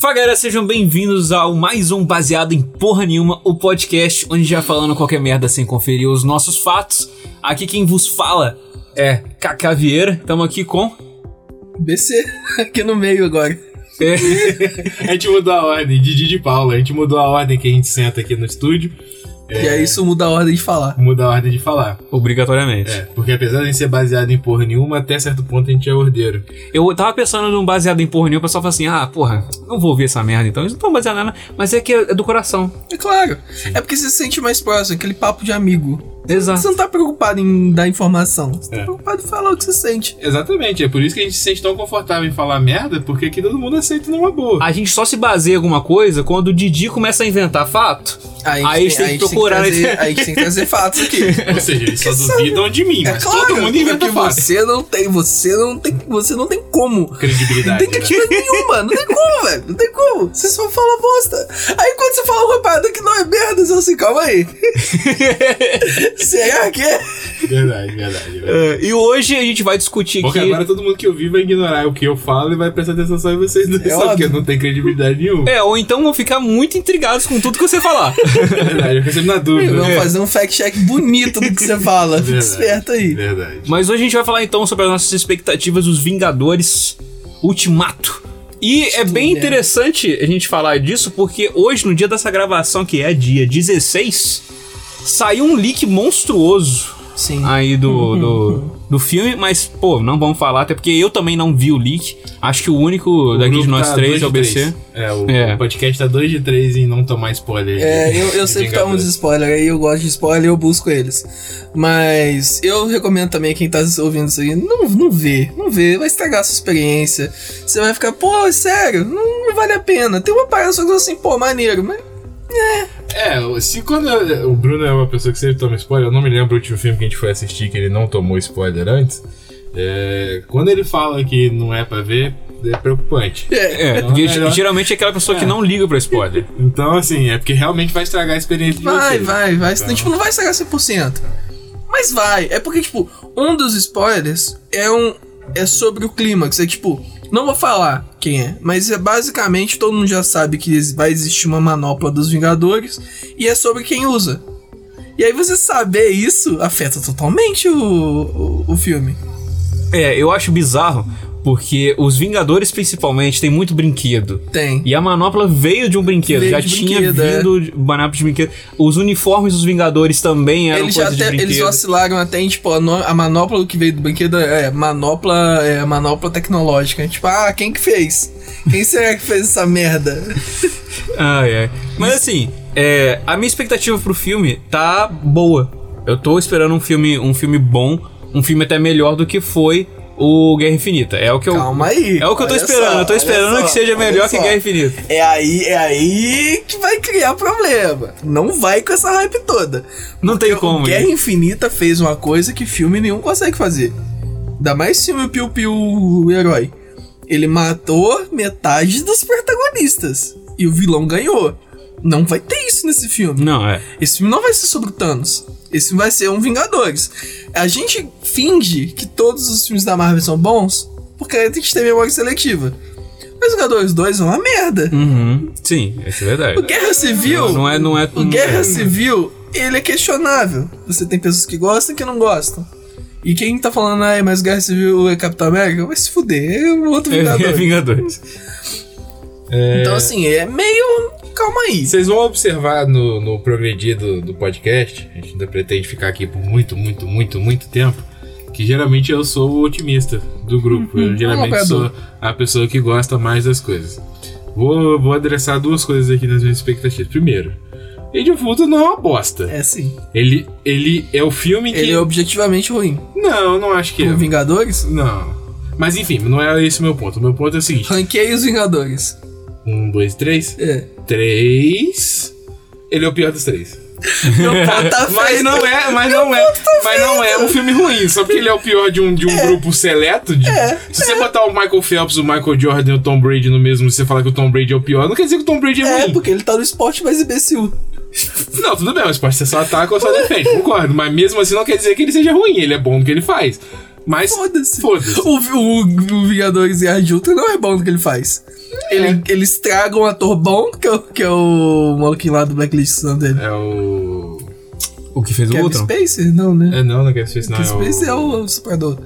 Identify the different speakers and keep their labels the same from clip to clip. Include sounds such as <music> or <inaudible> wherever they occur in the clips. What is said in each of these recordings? Speaker 1: Fala galera, sejam bem-vindos ao mais um Baseado em Porra Nenhuma, o podcast onde já falando qualquer merda sem conferir os nossos fatos. Aqui quem vos fala é Cacá Vieira, estamos aqui com.
Speaker 2: BC, <laughs> aqui no meio agora.
Speaker 1: É,
Speaker 3: <laughs> A gente mudou a ordem, Didi de Paula. A gente mudou a ordem que a gente senta aqui no estúdio,
Speaker 2: E aí isso muda a ordem de falar.
Speaker 3: muda a ordem de falar.
Speaker 1: obrigatoriamente.
Speaker 3: É, porque apesar de a gente ser baseado em porra nenhuma, até certo ponto a gente é ordeiro.
Speaker 1: Eu tava pensando num baseado em porra nenhuma, o pessoal fala assim: ah, porra, não vou ouvir essa merda então, eles não estão baseados em nada, mas é que é do coração.
Speaker 2: É claro. É porque você se sente mais próximo, aquele papo de amigo. Você
Speaker 1: Exato.
Speaker 2: não tá preocupado em dar informação. Você tá
Speaker 3: É.
Speaker 2: preocupado em falar o que você sente.
Speaker 3: Exatamente, é por isso que a gente se sente tão confortável em falar merda, porque aqui todo mundo aceita numa boa.
Speaker 1: A gente só se baseia em alguma coisa quando o Didi começa a inventar fato.
Speaker 2: Aí
Speaker 1: Aí a gente tem que procurar, né?
Speaker 2: trazer, aí a gente tem que trazer fatos aqui.
Speaker 3: Ou seja, eles só duvidam de mim,
Speaker 2: Ah, É
Speaker 3: mas
Speaker 2: claro,
Speaker 3: todo mundo inventa
Speaker 2: porque
Speaker 3: fato.
Speaker 2: você não tem, você não tem, você não tem como. Não
Speaker 3: Credibilidade.
Speaker 2: tem
Speaker 3: né?
Speaker 2: criativa nenhuma, não tem como, velho. Não tem como. Você só fala bosta. Aí quando você fala uma parada que não é merda, você fala assim, calma aí. <laughs> Será que é?
Speaker 3: Verdade, verdade. verdade.
Speaker 1: É, e hoje a gente vai discutir
Speaker 3: Porque
Speaker 1: aqui.
Speaker 3: agora todo mundo que ouvir vai ignorar o que eu falo e vai prestar atenção só em vocês dois,
Speaker 2: É
Speaker 3: só porque
Speaker 2: óbvio.
Speaker 3: não tem
Speaker 2: <laughs>
Speaker 3: credibilidade nenhuma.
Speaker 1: É, ou então vão ficar muito intrigados com tudo que você falar.
Speaker 3: É verdade, eu fico sempre na dúvida.
Speaker 2: Vamos
Speaker 3: É.
Speaker 2: fazer um fact-check bonito do que você
Speaker 3: <laughs>
Speaker 2: fala. Fica
Speaker 3: Verdade,
Speaker 2: esperto aí.
Speaker 3: Verdade.
Speaker 1: Mas hoje a gente vai falar então sobre as nossas expectativas dos Vingadores Ultimato. E é bem
Speaker 2: né?
Speaker 1: interessante a gente falar disso, porque hoje, no dia dessa gravação, que é dia 16, saiu um leak monstruoso
Speaker 2: Sim.
Speaker 1: aí do, do, do filme, mas, pô, não vamos falar, até porque eu também não vi o leak. Acho que o único daqui de
Speaker 3: grupo
Speaker 1: nós
Speaker 3: tá dois
Speaker 1: três é
Speaker 3: de
Speaker 1: o BC.
Speaker 3: três. É, o
Speaker 1: É.
Speaker 3: o podcast tá 2 de 3 em não tomar spoiler. de-
Speaker 2: É, eu,
Speaker 3: <laughs>
Speaker 2: eu
Speaker 3: de
Speaker 2: sempre tomo uns
Speaker 3: Vingadores.
Speaker 2: spoilers, aí eu gosto de spoiler e eu busco eles. Mas eu recomendo também quem tá ouvindo isso aí, não, não vê, não vê, vai estragar a sua experiência. Você vai ficar, pô, sério, não, não vale a pena. Tem uma parada só que eu assim, pô, maneiro, mas
Speaker 3: É, se quando. eu- o Bruno é uma pessoa que sempre toma spoiler, eu não me lembro o último filme que a gente foi assistir que ele não tomou spoiler antes. É, quando ele fala que não é pra ver,
Speaker 2: <laughs>
Speaker 3: é preocupante.
Speaker 1: É,
Speaker 3: Então,
Speaker 1: porque
Speaker 3: é melhor-
Speaker 1: geralmente é aquela pessoa que
Speaker 3: É.
Speaker 1: não liga pra spoiler.
Speaker 3: Então, assim, é porque realmente vai estragar a experiência de
Speaker 2: vai,
Speaker 3: vocês.
Speaker 2: vai, vai.
Speaker 3: Então-
Speaker 2: Tipo, não vai estragar 100%. Mas vai. É porque, tipo, um dos spoilers é um é sobre o clímax. É tipo, não vou falar quem é, mas é basicamente todo mundo já sabe que ex- vai existir uma manopla dos Vingadores e é sobre quem usa. E aí você saber isso afeta totalmente o, o, o filme.
Speaker 1: <laughs> É, eu acho bizarro, porque os Vingadores, principalmente, tem muito brinquedo.
Speaker 2: Tem.
Speaker 1: E a manopla veio de um brinquedo,
Speaker 2: Veio
Speaker 1: já
Speaker 2: de
Speaker 1: tinha
Speaker 2: brinquedo, é.
Speaker 1: vindo de- manopla de brinquedo. Os uniformes dos Vingadores também eram
Speaker 2: Eles já
Speaker 1: coisa de
Speaker 2: até,
Speaker 1: brinquedo.
Speaker 2: eles oscilaram até em, tipo, a, no- a manopla que veio do brinquedo é manopla, é manopla tecnológica. Tipo, ah, quem que fez? Quem será que fez essa merda?
Speaker 1: Ai, ai. Mas assim, é, a minha expectativa pro filme tá boa. Eu tô esperando um filme, um filme bom, um filme até melhor do que foi o Guerra Infinita. É o que eu
Speaker 2: Calma aí.
Speaker 1: É o que eu tô
Speaker 2: olha
Speaker 1: esperando.
Speaker 2: só,
Speaker 1: eu tô
Speaker 2: olha
Speaker 1: esperando
Speaker 2: só,
Speaker 1: que seja
Speaker 2: olha
Speaker 1: melhor que
Speaker 2: só.
Speaker 1: Guerra Infinita.
Speaker 2: É aí, é aí que vai criar problema. Não vai com essa hype toda.
Speaker 1: Não tem
Speaker 2: Porque
Speaker 1: como,
Speaker 2: o Guerra
Speaker 1: né?
Speaker 2: Infinita fez uma coisa que filme nenhum consegue fazer. Ainda mais filme Piu Piu Herói. Ele matou metade dos protagonistas. E o vilão ganhou. Não vai ter isso nesse filme.
Speaker 1: Não, é.
Speaker 2: Esse filme não vai ser sobre o Thanos. Esse filme vai ser um Vingadores. A gente finge que todos os filmes da Marvel são bons porque a gente tem memória seletiva. Mas Vingadores 2 é uma merda.
Speaker 1: Uhum. Sim, isso é verdade.
Speaker 2: O Guerra Civil.
Speaker 1: Não é, não é.
Speaker 2: O Guerra
Speaker 1: <laughs> é.
Speaker 2: Civil, ele é questionável. Você tem pessoas que gostam e que não gostam. E quem tá falando, ai, mas Guerra Civil é Capitão América? Vai se fuder, é um outro Vingador.
Speaker 1: É, <laughs> é Vingadores.
Speaker 2: Então, assim, é meio. Calma aí.
Speaker 3: Vocês vão observar no, no progredir do, do podcast, a gente ainda pretende ficar aqui por muito, muito, muito, muito tempo, que geralmente eu sou o otimista do grupo.
Speaker 2: Uhum.
Speaker 3: eu geralmente
Speaker 2: apoiador.
Speaker 3: sou a pessoa que gosta mais das coisas. Vou, vou adressar duas coisas aqui nas minhas expectativas. Primeiro, Edifulto não é uma bosta.
Speaker 2: É sim.
Speaker 3: Ele, ele é o filme que.
Speaker 2: Ele é Uhum. objetivamente ruim.
Speaker 3: Não, não acho que é.
Speaker 2: O Vingadores?
Speaker 3: Não. Mas enfim, não é esse o meu ponto. O meu ponto é o seguinte:
Speaker 2: Ranquei os Vingadores.
Speaker 3: um, dois, três.
Speaker 2: É.
Speaker 3: Três. Ele é o pior dos três.
Speaker 2: Meu pau tá
Speaker 3: <laughs> Mas
Speaker 2: feito.
Speaker 3: não é, mas não é,
Speaker 2: tá
Speaker 3: mas não é um filme ruim, só porque ele é o pior de um, de um grupo seleto. de-
Speaker 2: É,
Speaker 3: se você botar o Michael Phelps, o Michael Jordan e o Tom Brady no mesmo, você falar que o Tom Brady é o pior, não quer dizer que o Tom Brady é,
Speaker 2: É,
Speaker 3: ruim.
Speaker 2: porque ele tá no esporte mais imbecil. <laughs>
Speaker 3: Não, tudo bem, mas pode ser só ataca ou só defende, concordo, mas mesmo assim não quer dizer que ele seja ruim, ele é bom no que ele faz.
Speaker 1: Mas.
Speaker 2: Foda-se.
Speaker 3: Foda-se.
Speaker 2: O, o, o Vingadores Guerra de Ultron não é bom no que ele faz. Ele, eles tragam um ator bom, que é, o- que é o maluquinho lá do Blacklist Sun dele.
Speaker 3: É o.
Speaker 1: O que fez o
Speaker 2: Kevin
Speaker 1: Ultron?
Speaker 2: Spacey? é Não, né?
Speaker 3: É não, não quer Space, não.
Speaker 2: Kevin Spacey é
Speaker 3: é
Speaker 2: o suprador.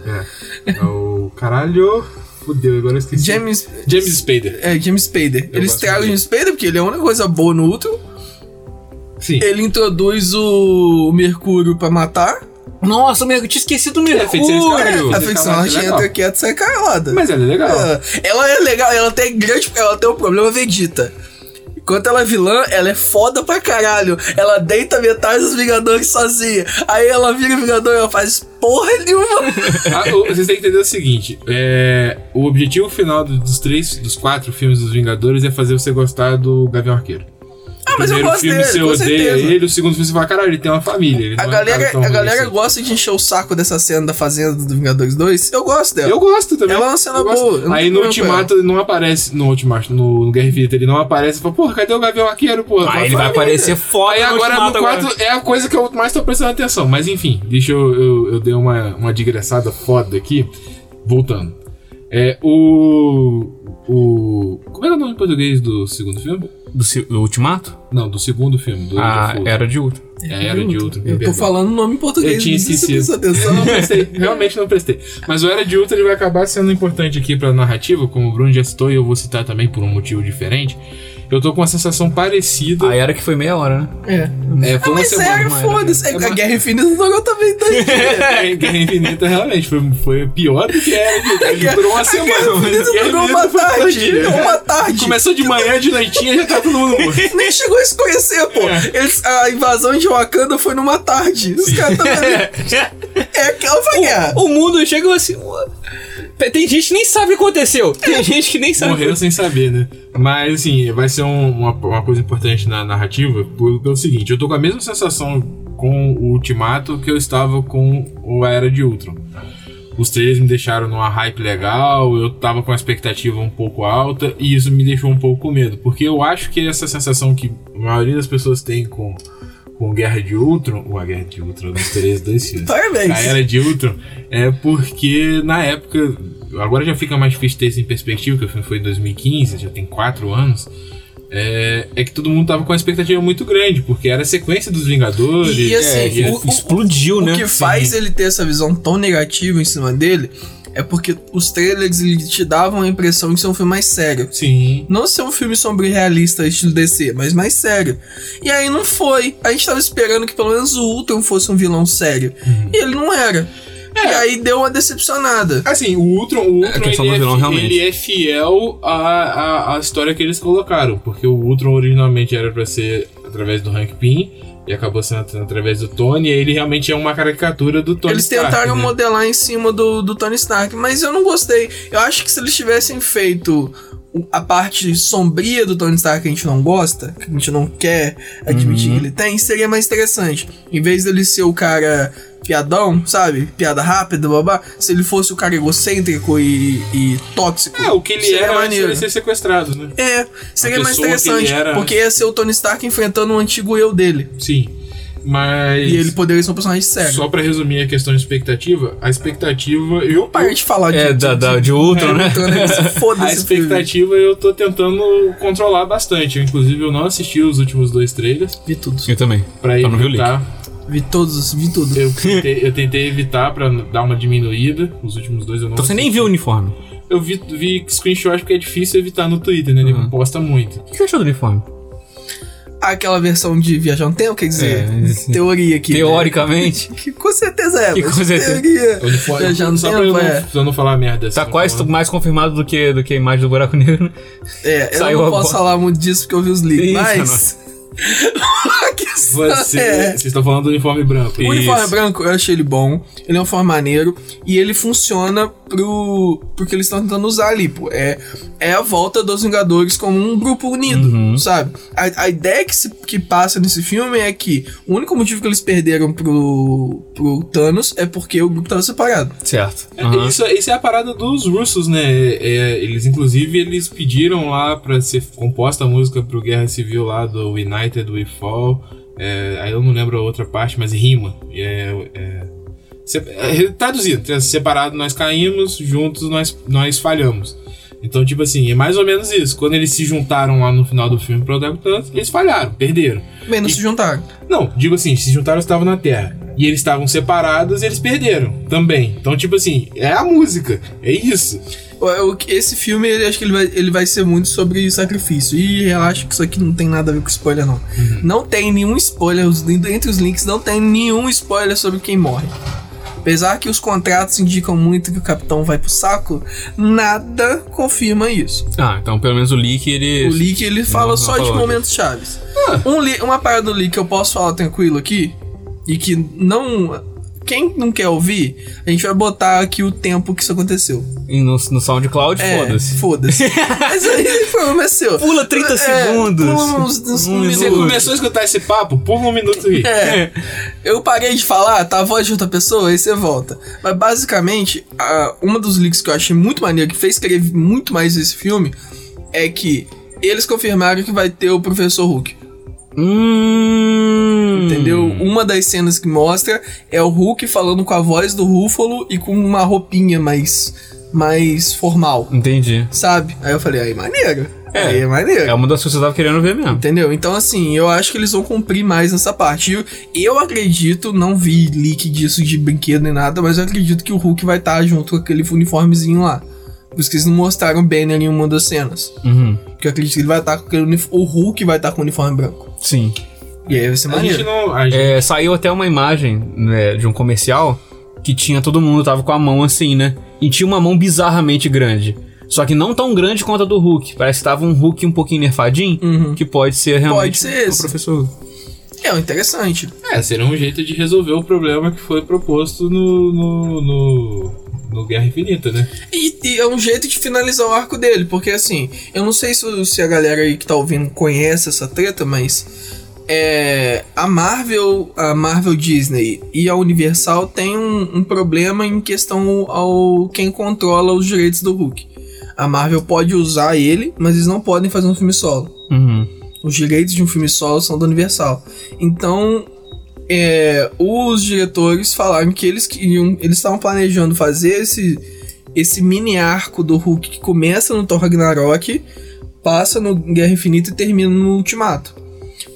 Speaker 3: É. É o. Caralho. Fudeu, agora eu esqueci.
Speaker 2: James...
Speaker 3: James Spader.
Speaker 2: É, James Spader.
Speaker 3: Eu
Speaker 2: eles
Speaker 3: gosto
Speaker 2: tragam o
Speaker 3: dele.
Speaker 2: James Spader porque ele é a única coisa boa no Ultron.
Speaker 3: Sim.
Speaker 2: Ele introduz o Mercúrio pra matar.
Speaker 1: Nossa, meu, eu tinha esquecido do
Speaker 3: É feiticeiro escarlate.
Speaker 1: Mercúrio.
Speaker 2: a
Speaker 3: ele
Speaker 2: ficção
Speaker 3: tá lá,
Speaker 2: ela
Speaker 3: que
Speaker 2: entra
Speaker 3: legal.
Speaker 2: quieto e sai caralhada.
Speaker 3: Mas ela é legal.
Speaker 2: É, Ela é legal, ela tem grande. Ela tem um problema Vegeta. Enquanto ela é vilã, ela é foda pra caralho. Ela deita metade dos Vingadores sozinha. Aí ela vira Vingador e ela faz porra
Speaker 3: <laughs>
Speaker 2: nenhuma.
Speaker 3: Ah, o- vocês têm que entender o seguinte: é, o objetivo final do- dos três, dos quatro filmes dos Vingadores é fazer você gostar do Gavião Arqueiro.
Speaker 2: Ah,
Speaker 3: O
Speaker 2: mas eu
Speaker 3: primeiro
Speaker 2: gosto
Speaker 3: filme
Speaker 2: dele,
Speaker 3: você
Speaker 2: com
Speaker 3: odeia
Speaker 2: certeza.
Speaker 3: ele, o segundo filme você fala, caralho, ele tem uma família. Ele
Speaker 2: A
Speaker 3: não é um cara
Speaker 2: galera,
Speaker 3: tão
Speaker 2: a
Speaker 3: ruim
Speaker 2: galera
Speaker 3: assim."
Speaker 2: gosta de encher o saco dessa cena da Fazenda do Vingadores 2. Eu gosto dela.
Speaker 3: Eu gosto também.
Speaker 2: Ela é uma cena
Speaker 3: Eu gosto.
Speaker 2: boa, eu não
Speaker 3: Aí
Speaker 2: tenho
Speaker 3: no
Speaker 2: problema com
Speaker 3: Ultimato não aparece. No Ultimato, no, no Guerra Infinita, ele não aparece. Fala, porra, cadê o Gavião Arqueiro, porra?
Speaker 1: Ah,
Speaker 3: Fala,
Speaker 1: ele vai
Speaker 3: "Família."
Speaker 1: aparecer foda
Speaker 3: Aí
Speaker 1: no
Speaker 3: É agora no
Speaker 1: Ultimato agora.
Speaker 3: 4 é a coisa que eu mais tô prestando atenção. Mas enfim, deixa eu. Eu, eu dei uma, uma digressada foda aqui. Voltando. É o. O. Como era o nome em português do segundo filme?
Speaker 1: Do, ci- do Ultimato?
Speaker 3: Não, do segundo filme. Do
Speaker 1: Ah,
Speaker 3: do-
Speaker 1: era de Ultron.
Speaker 3: É, era de outro.
Speaker 2: Eu tô falando o nome em português.
Speaker 3: Eu tinha
Speaker 2: não sei se você
Speaker 3: esquecido.
Speaker 2: prestou
Speaker 3: Eu não
Speaker 2: atenção.
Speaker 3: prestei, <laughs> realmente não prestei. Mas o Era de Ultra ele vai acabar sendo importante aqui pra narrativa, como o Bruno já citou, e eu vou citar também por um motivo diferente. Eu tô com uma sensação parecida.
Speaker 1: A Ah, era que foi meia hora, né?
Speaker 2: É.
Speaker 3: É, foi
Speaker 2: Ah,
Speaker 3: uma
Speaker 2: Mas
Speaker 3: semana.
Speaker 2: é,
Speaker 1: mas era-
Speaker 2: foda-se.
Speaker 3: era-
Speaker 2: A Guerra Infinita do Dragão também tá
Speaker 3: É, Guerra Infinita realmente foi, foi pior do que era. de Ultra. Ele durou uma semana.
Speaker 2: Isso
Speaker 3: Guerra
Speaker 2: durou
Speaker 3: Infinita
Speaker 2: uma
Speaker 3: foi dois
Speaker 2: tarde.
Speaker 3: dias.
Speaker 2: Uma tarde.
Speaker 3: Começou de manhã, de noitinha, já tá todo mundo morto.
Speaker 2: Nem chegou a se conhecer, pô. Eles- a invasão de Wakanda foi numa tarde. Os caras estavam ali. É aquela foi a guerra.
Speaker 1: <laughs> O mundo chega assim. "Ué, Tem gente que nem sabe o que aconteceu. Tem gente que nem sabe. o que
Speaker 3: Morreu sem saber, né? Mas, assim, vai ser um- uma, uma coisa importante na narrativa pelo, pelo seguinte: eu tô com a mesma sensação com o Ultimato que eu estava com o A Era de Ultron. Os trailers me deixaram numa hype legal, eu tava com a expectativa um pouco alta e isso me deixou um pouco com medo, porque eu acho que essa sensação que a maioria das pessoas tem com, com Guerra de Ultron, ou a Guerra de Ultron, né? os trailers dois filmes a
Speaker 2: Parabéns.
Speaker 3: era de Ultron é porque na época. Agora já fica mais difícil ter isso em perspectiva, que o filme foi em 2015, já tem 4 anos. É, é que todo mundo tava com uma expectativa muito grande, porque era a sequência dos Vingadores.
Speaker 2: E, assim,
Speaker 3: é,
Speaker 1: aconteceu."
Speaker 2: o- o-
Speaker 1: Explodiu, né?
Speaker 2: O que faz ele ter essa visão tão negativa em cima dele é porque os trailers eles te davam a impressão de ser um filme mais sério.
Speaker 3: Sim.
Speaker 2: Não ser um filme sombrio e realista, estilo DC, mas mais sério. E aí não foi. A gente tava esperando que pelo menos o Ultron fosse um vilão sério. E ele não era. E aí deu uma decepcionada.
Speaker 3: Assim, o Ultron, o
Speaker 1: É, a
Speaker 3: Ultron
Speaker 1: questão
Speaker 3: ele,
Speaker 1: do
Speaker 3: é,
Speaker 1: vilão,
Speaker 3: fi-
Speaker 1: realmente.
Speaker 3: ele é fiel à, à, à história que eles colocaram, porque o Ultron originalmente era pra ser através do Hank Pym e acabou sendo at- através do Tony, e ele realmente é uma caricatura do Tony
Speaker 2: eles
Speaker 3: Stark,
Speaker 2: tentaram
Speaker 3: né?
Speaker 2: modelar em cima do, do Tony Stark, mas eu não gostei. Eu acho que se eles tivessem feito o- a parte sombria do Tony Stark que a gente não gosta, que a gente não quer admitir
Speaker 3: Uhum.
Speaker 2: que ele tem, seria mais interessante. Em vez dele ser o cara piadão, sabe? Piada rápida, babá. Se ele fosse o cara egocêntrico e, e tóxico.
Speaker 3: É, o que ele
Speaker 2: seria
Speaker 3: era antes de
Speaker 2: maneiro.
Speaker 3: ele ser sequestrado, né?
Speaker 2: É, seria
Speaker 3: A
Speaker 2: mais
Speaker 3: pessoa que ele
Speaker 2: interessante,
Speaker 3: era-
Speaker 2: porque ia ser o Tony Stark enfrentando o antigo eu dele.
Speaker 3: Sim. Mas.
Speaker 2: E ele poderia ser um personagem sério.
Speaker 3: Só pra resumir a questão de expectativa, a expectativa. Eu,
Speaker 2: Para de falar de
Speaker 1: É, da, da- de Ultron, né?
Speaker 2: Então, né, se Foda-se.
Speaker 3: a
Speaker 2: o filme.
Speaker 3: expectativa eu tô tentando controlar bastante. Eu, inclusive, eu não assisti os últimos dois trailers
Speaker 2: Vi tudo.
Speaker 1: <laughs> Eu também.
Speaker 3: pra
Speaker 1: Tá no meu
Speaker 3: evitar.
Speaker 2: Vi todos, os- vi tudo.
Speaker 3: Eu tentei, eu tentei evitar pra dar uma diminuída. Os últimos dois eu não
Speaker 1: Então você nem
Speaker 3: assisti.
Speaker 1: viu o uniforme.
Speaker 3: Eu vi, vi screenshot porque é difícil evitar no Twitter, né? Ele
Speaker 1: Uhum.
Speaker 3: posta muito.
Speaker 1: O que você achou do uniforme?
Speaker 2: Aquela versão de viajar no tempo, quer dizer,
Speaker 1: É, sim.
Speaker 2: teoria aqui. né?
Speaker 1: Teoricamente.
Speaker 2: Que com certeza é,
Speaker 1: Que
Speaker 2: mas
Speaker 1: com certeza.
Speaker 2: teoria. <laughs>
Speaker 3: Eu não-
Speaker 2: Viajar no
Speaker 3: só pra eu
Speaker 2: tempo
Speaker 3: não,
Speaker 2: é.
Speaker 3: pra eu não falar merda.
Speaker 1: Tá
Speaker 3: assim,
Speaker 1: quase
Speaker 3: falando.
Speaker 1: mais confirmado do que, do que a imagem do buraco negro. né?
Speaker 2: É, eu
Speaker 1: Saiu
Speaker 2: não
Speaker 1: a
Speaker 2: posso
Speaker 1: bo-
Speaker 2: falar muito disso porque eu vi os livros,
Speaker 1: Isso,
Speaker 2: mas. <laughs> A questão
Speaker 3: <laughs> Você,
Speaker 2: é-
Speaker 3: Vocês estão falando do uniforme branco.
Speaker 2: O
Speaker 1: Isso.
Speaker 2: uniforme é branco, eu achei ele bom. Ele é um uniforme maneiro. E ele funciona pro, pro que eles estão tentando usar ali, pô. É, é a volta dos Vingadores como um grupo unido, sabe? A, a ideia que, se- que passa nesse filme é que o único motivo que eles perderam pro, pro Thanos é porque o grupo tava separado.
Speaker 1: Certo.
Speaker 3: É,
Speaker 1: Aham.
Speaker 3: Isso, isso é a parada dos russos, né? É, eles, inclusive, eles pediram lá pra ser composta a música pro Guerra Civil lá do United We Fall. É, aí eu não lembro a outra parte, mas rima. É, é, se- é, Traduzido, é, separado nós caímos, juntos nós, nós falhamos. Então, tipo assim, é mais ou menos isso. Quando eles se juntaram lá no final do filme pro Dark Knight, eles falharam, perderam.
Speaker 2: Bem, não se juntaram.
Speaker 3: Não, digo assim, se juntaram, estavam na Terra. E eles estavam separados e eles perderam também. Então, tipo assim, é a música. É isso.
Speaker 2: O- o- Esse filme, ele, acho que ele vai, ele vai ser muito sobre sacrifício. E relaxa que isso aqui não tem nada a ver com spoiler, não.
Speaker 1: Uhum.
Speaker 2: Não tem nenhum spoiler, os- entre os links não tem nenhum spoiler sobre quem morre. Apesar que os contratos indicam muito que o capitão vai pro saco, nada confirma isso.
Speaker 1: Ah, então pelo menos o leak ele.
Speaker 2: O leak ele fala
Speaker 1: não
Speaker 2: só de
Speaker 1: falou Ah.
Speaker 2: momentos chaves. Um li- uma parada do leak que eu posso falar tranquilo aqui, e que não. Quem não quer ouvir, a gente vai botar aqui o tempo que isso aconteceu.
Speaker 1: E No, no SoundCloud,
Speaker 2: É,
Speaker 1: foda-se. <laughs>
Speaker 2: Foda-se. Mas aí o problema é seu.
Speaker 1: Pula 30 segundos.
Speaker 2: Pula uns, uns
Speaker 1: Um
Speaker 2: minutos.
Speaker 3: Você
Speaker 1: minuto.
Speaker 3: começou a escutar esse papo, pula um minuto aí.
Speaker 2: É. Eu parei de falar, tá a voz de outra pessoa, aí você volta. Mas basicamente, a- uma dos leaks que eu achei muito maneiro, que fez querer muito mais esse filme, é que eles confirmaram que vai ter o Professor Hulk.
Speaker 1: Hum.
Speaker 2: Entendeu? Uma das cenas que mostra é o Hulk falando com a voz do Rúfalo e com uma roupinha mais, mais formal,
Speaker 1: Entendi.
Speaker 2: sabe? Aí eu falei, aí maneiro.
Speaker 1: É.
Speaker 2: Aí é maneiro.
Speaker 1: É uma das coisas que eu tava querendo ver mesmo.
Speaker 2: Entendeu? Então, assim, eu acho que eles vão cumprir mais nessa parte. Eu, eu acredito, não vi leak disso de brinquedo nem nada, mas eu acredito que o Hulk vai estar junto com aquele uniformezinho lá. Por isso que eles não mostraram o Banner em uma das cenas.
Speaker 1: Uhum.
Speaker 2: Porque eu acredito que ele vai estar com aquele uniforme. O Hulk vai estar com o uniforme branco.
Speaker 1: Sim.
Speaker 2: E aí vai ser
Speaker 3: A gente
Speaker 2: maneiro.
Speaker 3: não. a gente-
Speaker 1: É, saiu até uma imagem né, de um comercial que tinha todo mundo, tava com a mão assim, né? E tinha uma mão bizarramente grande. Só que não tão grande quanto a do Hulk. Parece que tava um Hulk um pouquinho nerfadinho,
Speaker 2: Uhum.
Speaker 1: que pode ser realmente
Speaker 2: Pode ser
Speaker 1: o
Speaker 2: esse.
Speaker 1: professor. Hulk.
Speaker 2: É, interessante.
Speaker 3: É, seria um jeito de resolver o problema que foi proposto no. no. no, no Guerra Infinita, né?
Speaker 2: E, e é um jeito de finalizar o arco dele, porque assim, eu não sei se, se a galera aí que tá ouvindo conhece essa treta, mas é, a Marvel, a Marvel Disney e a Universal tem um, um problema em questão ao, ao quem controla os direitos do Hulk. A Marvel pode usar ele, mas eles não podem fazer um filme solo.
Speaker 1: Uhum.
Speaker 2: Os direitos de um filme solo são da Universal. Então, é, os diretores falaram que eles queriam, eles estavam planejando fazer esse esse mini arco do Hulk que começa no Thor Ragnarok, passa no Guerra Infinita e termina no Ultimato.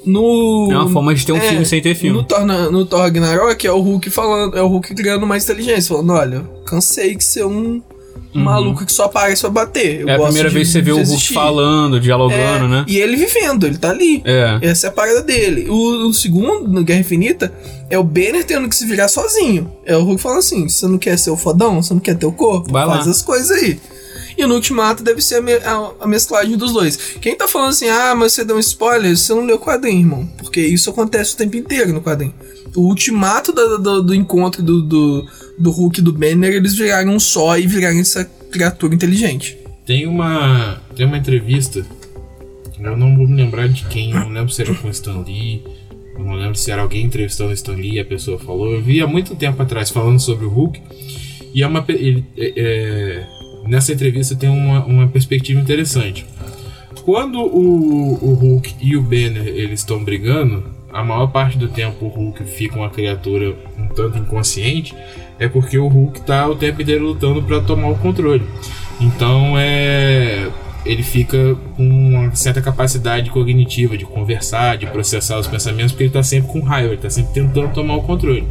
Speaker 2: No
Speaker 1: É uma forma de ter um
Speaker 2: é,
Speaker 1: filme sem ter filme.
Speaker 2: No Thor, na- no Thor Ragnarok é o Hulk falando, é o Hulk criando mais inteligência, falando, olha, cansei de ser um maluco que só aparece pra bater. Eu
Speaker 1: Uhum. É a
Speaker 2: gosto
Speaker 1: primeira
Speaker 2: de-
Speaker 1: vez que você vê
Speaker 2: de
Speaker 1: o Hulk
Speaker 2: existir."
Speaker 1: falando, dialogando,
Speaker 2: É,
Speaker 1: né?
Speaker 2: E ele vivendo, ele tá ali.
Speaker 1: É.
Speaker 2: Essa é a parada dele. O, o segundo, no Guerra Infinita, é o Banner tendo que se virar sozinho. É o Hulk falando assim: você não quer ser o fodão? Você não quer ter o corpo?
Speaker 1: Vai lá."
Speaker 2: Faz as coisas aí. E no Ultimato deve ser a, me- a- a mesclagem dos dois. Quem tá falando assim, ah, mas você deu um spoiler, você não leu o quadrinho, irmão. Porque isso acontece o tempo inteiro no quadrinho. O ultimato da- da- do, do encontro do, do, do Hulk e do Banner, eles viraram um só e viraram essa criatura inteligente.
Speaker 3: Tem uma. Tem uma entrevista. Eu não vou me lembrar de quem, eu não lembro se era com o Stan Lee. Eu não lembro se era alguém entrevistando o Stan Lee e a pessoa falou. Eu vi há muito tempo atrás falando sobre o Hulk. E é uma. pe- Ele, é- é- nessa entrevista tem uma, uma perspectiva interessante. Quando o, o Hulk e o Banner eles estão brigando, a maior parte do tempo o Hulk fica uma criatura um tanto inconsciente, é porque o Hulk tá o tempo inteiro lutando para tomar o controle. Então é. Ele fica com uma certa capacidade cognitiva de conversar, de processar os pensamentos, porque ele tá sempre com raiva, ele tá sempre tentando tomar o controle.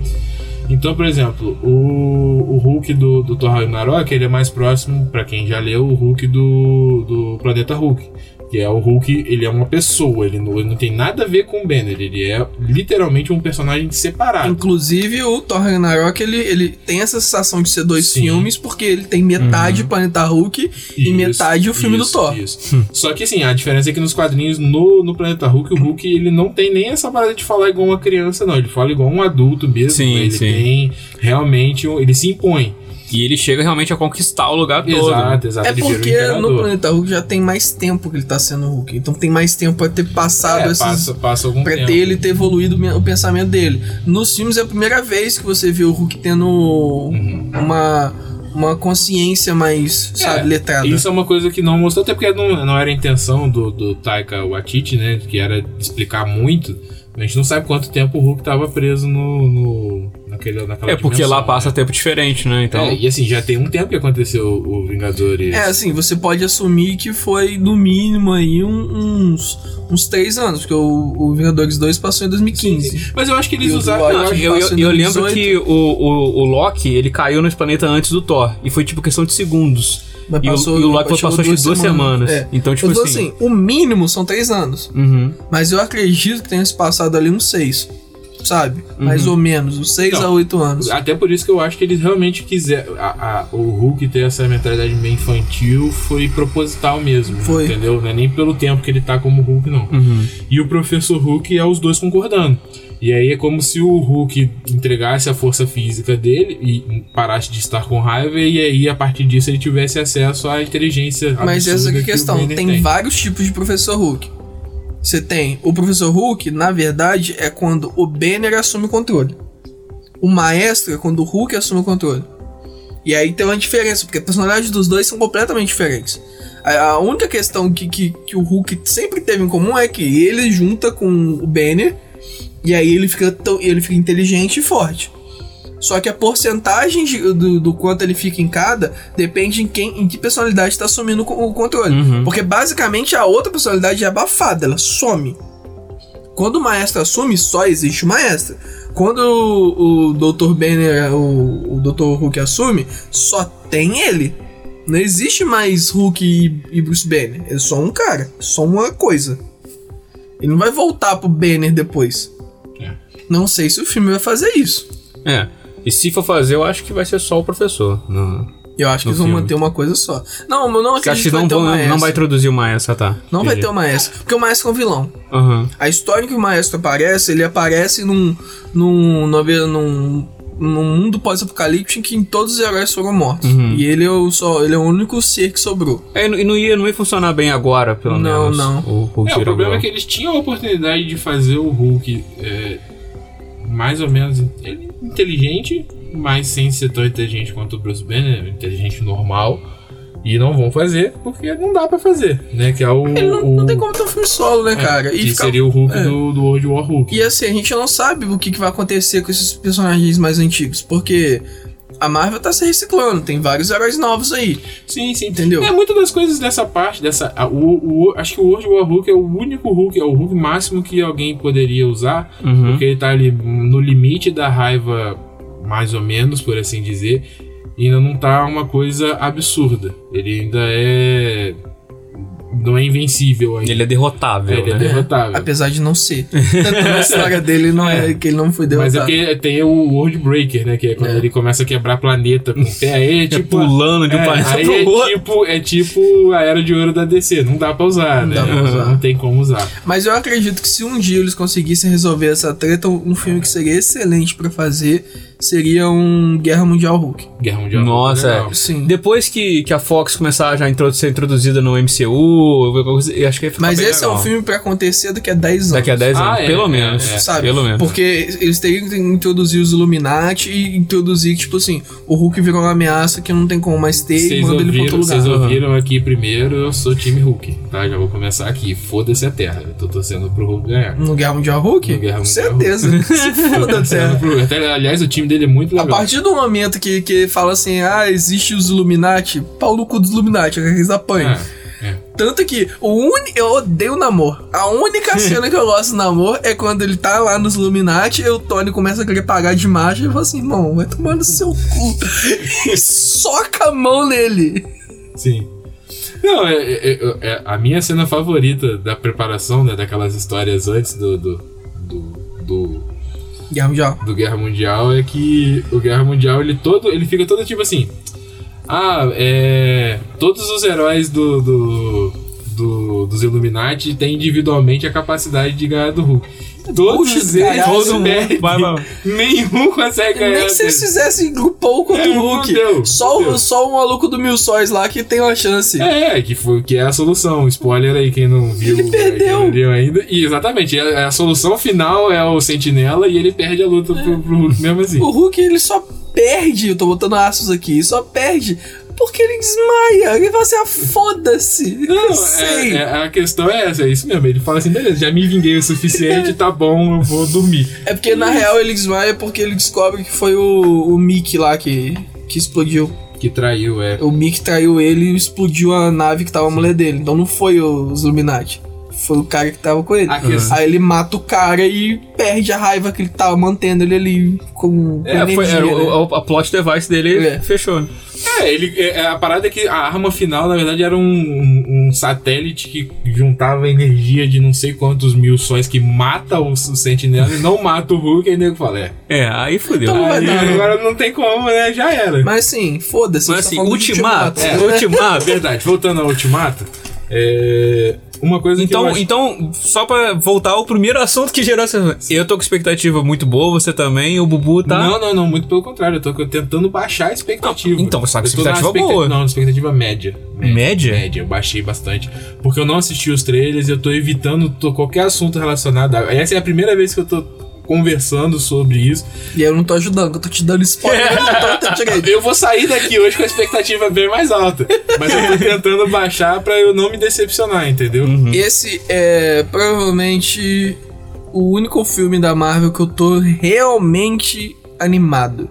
Speaker 3: Então, por exemplo, o, o Hulk do, do Thor Ragnarok, ele é mais próximo, pra quem já leu, o Hulk do, do Planeta Hulk. Que é o Hulk, ele é uma pessoa, ele não, ele não tem nada a ver com o Banner, ele é literalmente um personagem separado.
Speaker 2: Inclusive, o Thor Ragnarok, ele, ele tem essa sensação de ser dois
Speaker 3: Sim. Uhum.
Speaker 2: filmes, porque ele tem metade Planeta Hulk e
Speaker 3: Isso,
Speaker 2: metade o filme do
Speaker 3: isso,
Speaker 2: Thor.
Speaker 3: isso. Só que assim, a diferença é que nos quadrinhos, no, no Planeta Hulk, o Hulk ele não tem nem essa parada de falar igual uma criança, não. Ele fala igual um adulto mesmo.
Speaker 1: Sim,
Speaker 3: ele
Speaker 1: sim.
Speaker 3: tem realmente. um- Ele se impõe.
Speaker 1: E ele chega realmente a conquistar o lugar todo. né?
Speaker 3: Exato, exato.
Speaker 2: É
Speaker 3: ele vira o
Speaker 2: porque no
Speaker 3: imperador.
Speaker 2: Planeta Hulk já tem mais tempo que ele tá sendo Hulk. Então tem mais tempo pra ter passado
Speaker 3: É,
Speaker 2: esses.
Speaker 3: passa, passa algum
Speaker 2: Pra
Speaker 3: tempo.
Speaker 2: ter ele ter evoluído o men- o pensamento dele. Nos filmes é a primeira vez que você vê o Hulk tendo uma, uma consciência mais, sabe, letrada.
Speaker 3: Isso Uhum. é uma coisa que não mostrou, até porque não, não era a intenção do, do Taika Waititi, né? Que era explicar muito. A gente não sabe quanto tempo o Hulk estava preso no, no- na naquele, naquela
Speaker 1: É porque
Speaker 3: dimensão,
Speaker 1: lá passa
Speaker 3: né?
Speaker 1: tempo diferente, né? Então.
Speaker 3: É, e assim, já tem um tempo que aconteceu o Vingadores.
Speaker 2: É, assim, você pode assumir que foi no mínimo aí um- uns, uns três anos, porque o, o Vingadores 2 passou em 2015.
Speaker 3: Mas eu acho que eles
Speaker 2: E o do
Speaker 3: usaram.
Speaker 2: Loki
Speaker 3: eu acho-
Speaker 1: Eu, eu,
Speaker 2: Passa em
Speaker 1: eu lembro
Speaker 2: 2018.
Speaker 1: que o, o, o Loki, ele caiu nesse planeta antes do Thor. E foi tipo questão de segundos.
Speaker 2: Mas
Speaker 1: E o-
Speaker 2: passou-
Speaker 1: e o Loki passou
Speaker 2: passou
Speaker 1: acho que
Speaker 2: duas
Speaker 1: duas semanas.
Speaker 2: semanas.
Speaker 1: Então, tipo
Speaker 2: eu tô
Speaker 1: assim.
Speaker 2: assim, o mínimo são três anos.
Speaker 1: Uhum.
Speaker 2: Mas eu acredito que tenha se passado ali uns seis, sabe? Mais
Speaker 1: Uhum.
Speaker 2: ou menos, uns seis
Speaker 3: Não.
Speaker 2: a oito anos.
Speaker 3: Até por isso que eu acho que eles realmente quiseram. a- a- o Hulk ter essa mentalidade bem infantil foi proposital mesmo.
Speaker 2: Foi.
Speaker 3: Entendeu? Não é nem pelo tempo que ele tá como Hulk, não.
Speaker 1: Hum. uhum.
Speaker 3: E o professor Hulk é os dois concordando. E aí é como se o Hulk entregasse a força física dele e parasse de estar com raiva, e aí a partir disso ele tivesse acesso à inteligência.
Speaker 2: Mas essa
Speaker 3: absurda
Speaker 2: que é a
Speaker 3: que o
Speaker 2: questão.
Speaker 3: Banner
Speaker 2: Tem, vários tipos de professor Hulk. Você tem o professor Hulk, na verdade, é quando o Banner assume o controle. O maestro é quando o Hulk assume o controle. E aí tem uma diferença, porque a personalidade dos dois são completamente diferentes. A, a única questão que, que, que o Hulk sempre teve em comum é que ele junta com o Banner e aí ele fica, tão, ele fica inteligente e forte. Só que a porcentagem de- do, do quanto ele fica em cada depende em, quem, em que personalidade está assumindo co- o controle.
Speaker 1: Uhum.
Speaker 2: Porque basicamente a outra personalidade é abafada, ela some. Quando o maestro assume, só existe o maestro. Quando o, o Dr. Banner, o, o Dr. Hulk assume, só tem ele. Não existe mais Hulk e, e Bruce Banner. É só um cara, só uma coisa. Ele não vai voltar pro Banner depois.
Speaker 3: É.
Speaker 2: Não sei se o filme vai fazer isso.
Speaker 1: É. E se for fazer, eu acho que vai ser só o professor. Não.
Speaker 2: Eu acho que
Speaker 1: No
Speaker 2: eles vão
Speaker 1: filme.
Speaker 2: manter uma coisa só. Não, eu não
Speaker 1: Porque acho que
Speaker 2: acredito que vai
Speaker 1: não,
Speaker 2: ter
Speaker 1: vão,
Speaker 2: o maestro.
Speaker 1: não vai introduzir o Maestro, tá?
Speaker 2: Não vai ter
Speaker 1: Entendi.
Speaker 2: o maestro. Porque o maestro é um vilão.
Speaker 1: Aham.
Speaker 2: A história em que o maestro aparece, ele aparece num. num. num, num, num mundo pós-apocalíptico em que todos os heróis foram mortos. E ele é o só. Ele é o único ser que sobrou.
Speaker 1: É, e não- e não ia, não ia funcionar bem agora, pelo
Speaker 2: Não,
Speaker 1: menos.
Speaker 2: não.
Speaker 1: O, Hulk
Speaker 3: É, o
Speaker 1: virar
Speaker 3: problema é
Speaker 1: vilão.
Speaker 3: que eles tinham a oportunidade de fazer o Hulk é, mais ou menos in- ele inteligente, mas sem ser tão inteligente quanto o Bruce Banner, inteligente normal. E não vão fazer, porque não dá pra fazer, né? Que é o.
Speaker 2: Ele não,
Speaker 3: o-
Speaker 2: não tem como ter um filme solo, né,
Speaker 3: é,
Speaker 2: cara?
Speaker 3: que
Speaker 2: E, fica-
Speaker 3: seria o Hulk
Speaker 2: é.
Speaker 3: do, do World War Hulk.
Speaker 2: e assim, a gente não sabe o que, que vai acontecer com esses personagens mais antigos. Porque a Marvel tá se reciclando, tem vários heróis novos aí.
Speaker 3: Sim, sim.
Speaker 2: Entendeu?
Speaker 3: É, muitas das coisas dessa parte, dessa. a- o, o- acho que o World War Hulk é o único Hulk, é o Hulk máximo que alguém poderia usar,
Speaker 1: Uhum.
Speaker 3: porque ele tá ali no limite da raiva, mais ou menos, por assim dizer. E ainda não tá uma coisa absurda. Ele ainda é. Não é invencível ainda.
Speaker 1: Ele é derrotável,
Speaker 3: Ele é
Speaker 1: né?
Speaker 3: derrotável.
Speaker 2: Apesar de não ser. Tanto na
Speaker 3: <laughs>
Speaker 2: história dele não é, que ele não foi
Speaker 3: Mas
Speaker 2: derrotado.
Speaker 3: é porque tem o World Breaker, né? Que é quando
Speaker 2: É.
Speaker 3: ele começa a quebrar planeta com o
Speaker 1: <laughs>
Speaker 3: pé. Aí é
Speaker 1: Fica
Speaker 3: tipo.
Speaker 1: pulando de um planeta
Speaker 3: aí
Speaker 1: pro outro.
Speaker 3: é tipo, é tipo a era de ouro da DC, não dá pra usar, né?
Speaker 2: dá pra usar.
Speaker 3: Não tem como usar.
Speaker 2: Mas eu acredito que se um dia eles conseguissem resolver essa treta, um filme que seria excelente pra fazer seria um Guerra Mundial Hulk.
Speaker 3: Guerra Mundial.
Speaker 1: Nossa,
Speaker 3: legal.
Speaker 1: é.
Speaker 2: Sim.
Speaker 1: Depois que, que a Fox começar já a introdu- ser introduzida no MCU, eu- eu- eu acho que ia
Speaker 3: Tá
Speaker 1: ficar
Speaker 2: Mas
Speaker 1: bem
Speaker 2: esse é um
Speaker 1: legal.
Speaker 2: filme pra acontecer daqui a 10 anos.
Speaker 1: Daqui a 10 anos,
Speaker 3: Ah, é,
Speaker 1: pelo
Speaker 3: é,
Speaker 1: menos.
Speaker 3: é.
Speaker 2: Sabe?
Speaker 1: Pelo menos.
Speaker 2: Porque eles teriam que introduzir os Illuminati e introduzir, tipo assim, o Hulk virou uma ameaça que não tem como mais ter e
Speaker 3: Vocês
Speaker 2: manda ele pra
Speaker 3: ouviram,
Speaker 2: outro lugar.
Speaker 3: vocês ouviram aqui primeiro, eu sou time Hulk, tá? Já vou começar aqui. Foda-se a Terra. Eu tô torcendo pro Hulk ganhar.
Speaker 2: No Guerra Mundial Hulk?
Speaker 3: No Guerra
Speaker 2: Com
Speaker 3: Mundial
Speaker 2: certeza. <laughs> Se
Speaker 3: Tô <laughs>
Speaker 2: foda,
Speaker 3: torcendo
Speaker 2: Terra.
Speaker 3: pro Hulk. Até, aliás, o time dele é muito
Speaker 2: É. A
Speaker 3: legal.
Speaker 2: partir do momento que, que fala assim, ah, existe os Illuminati, pau no cu dos Illuminati, é que eles apanham.
Speaker 3: É, é.
Speaker 2: Tanto que o uni... eu odeio o Namor. A única
Speaker 3: <laughs>
Speaker 2: cena que eu gosto do Namor é quando ele tá lá nos Illuminati e o Tony começa a querer pagar de macho e fala assim, irmão, vai tomar no seu cu.
Speaker 3: <laughs>
Speaker 2: e soca a mão nele.
Speaker 3: Sim. Não, é, é- é- é- a minha cena favorita da preparação, né? Daquelas histórias antes do- do, do, do
Speaker 2: Guerra Mundial.
Speaker 3: do Guerra Mundial é que o Guerra Mundial ele todo ele fica todo tipo assim ah é todos os heróis do, do, do- dos Illuminati têm individualmente a capacidade de ganhar do Hulk todos
Speaker 2: Puxa,
Speaker 3: eles
Speaker 2: caralho,
Speaker 3: todo
Speaker 1: todo mundo. Vai, vai.
Speaker 3: nenhum consegue ganhar
Speaker 2: Nem se eles
Speaker 3: dele.
Speaker 2: fizessem grupão contra
Speaker 3: É,
Speaker 2: o Hulk.
Speaker 3: não deu,
Speaker 2: só,
Speaker 3: não deu.
Speaker 2: o, só o maluco do Mil Sóis lá que tem uma chance.
Speaker 3: é, que foi que é a solução. Spoiler aí, quem não viu
Speaker 2: Ele perdeu.
Speaker 3: aquilo ali ainda. E exatamente, é, a, a solução final é o Sentinela e ele perde a
Speaker 2: É.
Speaker 3: luta pro, pro Hulk mesmo assim.
Speaker 2: O Hulk, ele só perde, eu tô botando aspas aqui, só perde Porque ele desmaia. Ele fala assim, ah, foda-se. Eu
Speaker 3: Não, é,
Speaker 2: sei.
Speaker 3: é- a questão é essa, é isso mesmo. Ele fala assim, beleza, já me vinguei o suficiente, tá bom, eu vou dormir.
Speaker 2: É porque na real ele desmaia porque ele descobre que foi o, o Mick lá que, que explodiu.
Speaker 3: Que traiu, é.
Speaker 2: O Mick traiu ele e explodiu a nave que tava a mulher dele. Então não foi os Illuminati. Foi o cara que tava com ele.
Speaker 3: A
Speaker 1: assim.
Speaker 3: questão-
Speaker 2: Aí ele mata o cara e perde a raiva que ele tava mantendo ele ali com, com
Speaker 1: É, foi,
Speaker 2: energia,
Speaker 1: era
Speaker 2: né?
Speaker 1: o, o- a plot device dele
Speaker 2: É.
Speaker 1: fechou. né?
Speaker 3: É, ele, é, a parada é que a arma final, na verdade, era um, um- um satélite que juntava energia de não sei quantos mil sóis que mata o s- sentinela e não mata o Hulk, e o nego fala, é.
Speaker 1: É, aí fudeu.
Speaker 2: Então,
Speaker 1: Aí-
Speaker 2: vai
Speaker 3: Aí,
Speaker 2: dar, né?
Speaker 3: agora não tem como, né? Já era.
Speaker 2: Mas assim, foda-se. a
Speaker 1: Mas assim,
Speaker 2: gente tá falando de
Speaker 1: ultimato. É,
Speaker 2: ultimato. né?
Speaker 3: Ah, <laughs>
Speaker 1: ultimato.
Speaker 3: verdade, voltando ao ultimato, é, uma coisa que. eu
Speaker 1: Então,
Speaker 3: acho-
Speaker 1: então, só pra voltar ao primeiro assunto que gerou essa. Eu tô com expectativa muito boa, você também, o Bubu tá.
Speaker 3: Não, não, não, muito pelo contrário, eu tô tentando baixar a expectativa.
Speaker 1: Não, então, só que
Speaker 3: Eu tô na
Speaker 1: expectativa boa.
Speaker 3: Não, na expectativa média.
Speaker 1: Média?
Speaker 3: Média, eu baixei bastante. Porque eu não assisti os trailers e eu tô evitando to- qualquer assunto relacionado a. Essa é a primeira vez que eu tô conversando sobre isso.
Speaker 2: E eu não tô ajudando, eu tô te dando spoiler. eu tô, tô direito.
Speaker 3: Eu vou sair daqui hoje com a expectativa bem mais alta. Mas eu
Speaker 1: <laughs>
Speaker 3: tô tentando baixar pra eu não me decepcionar, entendeu?
Speaker 1: Uhum.
Speaker 2: Esse é provavelmente o único filme da Marvel que eu tô realmente animado.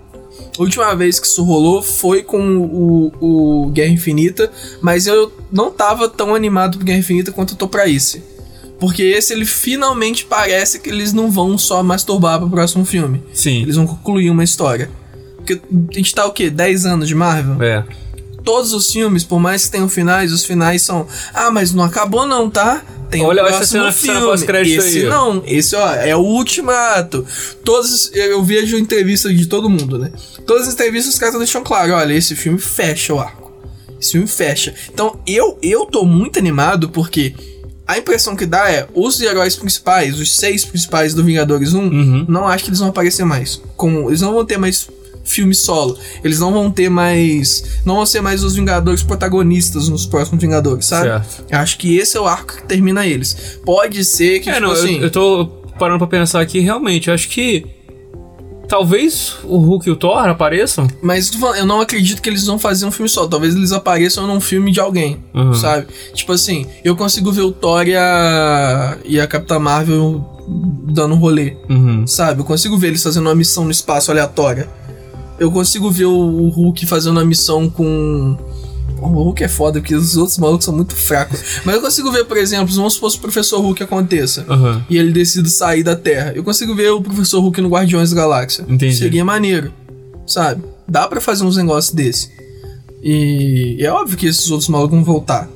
Speaker 2: A última vez que isso rolou foi com o, o Guerra Infinita, mas eu não tava tão animado pro Guerra Infinita quanto eu tô pra esse. Porque esse ele finalmente parece que eles não vão só masturbar pro próximo filme.
Speaker 1: Sim.
Speaker 2: Eles vão concluir uma história. Porque a gente tá o quê? 10 anos de Marvel?
Speaker 1: É.
Speaker 2: todos os filmes, por mais que tenham finais, os finais são. Ah, mas não acabou não, tá? Tem
Speaker 1: Olha,
Speaker 2: o
Speaker 1: olha essa
Speaker 2: próximo
Speaker 1: cena- cena
Speaker 2: filme.
Speaker 1: pós-crédito
Speaker 2: esse
Speaker 1: aí, ó.
Speaker 2: não, esse ó, é o último ato. Todos, eu vejo entrevista de todo mundo, né? Todas as entrevistas os caras deixam claro, olha, esse filme fecha o arco. Esse filme fecha. Então, eu eu tô muito animado porque a impressão que dá é os heróis principais, os seis principais do Vingadores 1,
Speaker 1: Uhum.
Speaker 2: não acho que eles vão aparecer mais. Como eles não vão ter mais filme solo, eles não vão ter mais, não vão ser mais os Vingadores protagonistas nos próximos Vingadores, sabe?
Speaker 1: Certo.
Speaker 2: Eu Acho que esse é o arco que termina eles. Pode ser que
Speaker 1: É,
Speaker 2: tipo
Speaker 1: não, eu-
Speaker 2: assim,
Speaker 1: eu, tô parando pra pensar aqui, realmente, eu acho que. Talvez o Hulk e o Thor apareçam.
Speaker 2: Mas tu fala- eu não acredito que eles vão fazer um filme só. Talvez eles apareçam num filme de alguém,
Speaker 1: Uhum.
Speaker 2: sabe? Tipo assim, eu consigo ver o Thor e a, e a Capitã Marvel dando um rolê,
Speaker 1: Uhum.
Speaker 2: sabe? Eu consigo ver eles fazendo uma missão no espaço aleatória. Eu consigo ver o, o Hulk fazendo uma missão com. O Hulk é foda, porque os outros malucos são muito fracos. Mas eu consigo ver, por exemplo, vamos supor que o Professor Hulk aconteça
Speaker 1: Aham.
Speaker 2: e ele decide sair da Terra. Eu consigo ver o Professor Hulk no Guardiões da Galáxia.
Speaker 1: Entendi.
Speaker 2: Seria maneiro, sabe? Dá pra fazer uns negócios desse. E é óbvio que esses outros malucos vão voltar.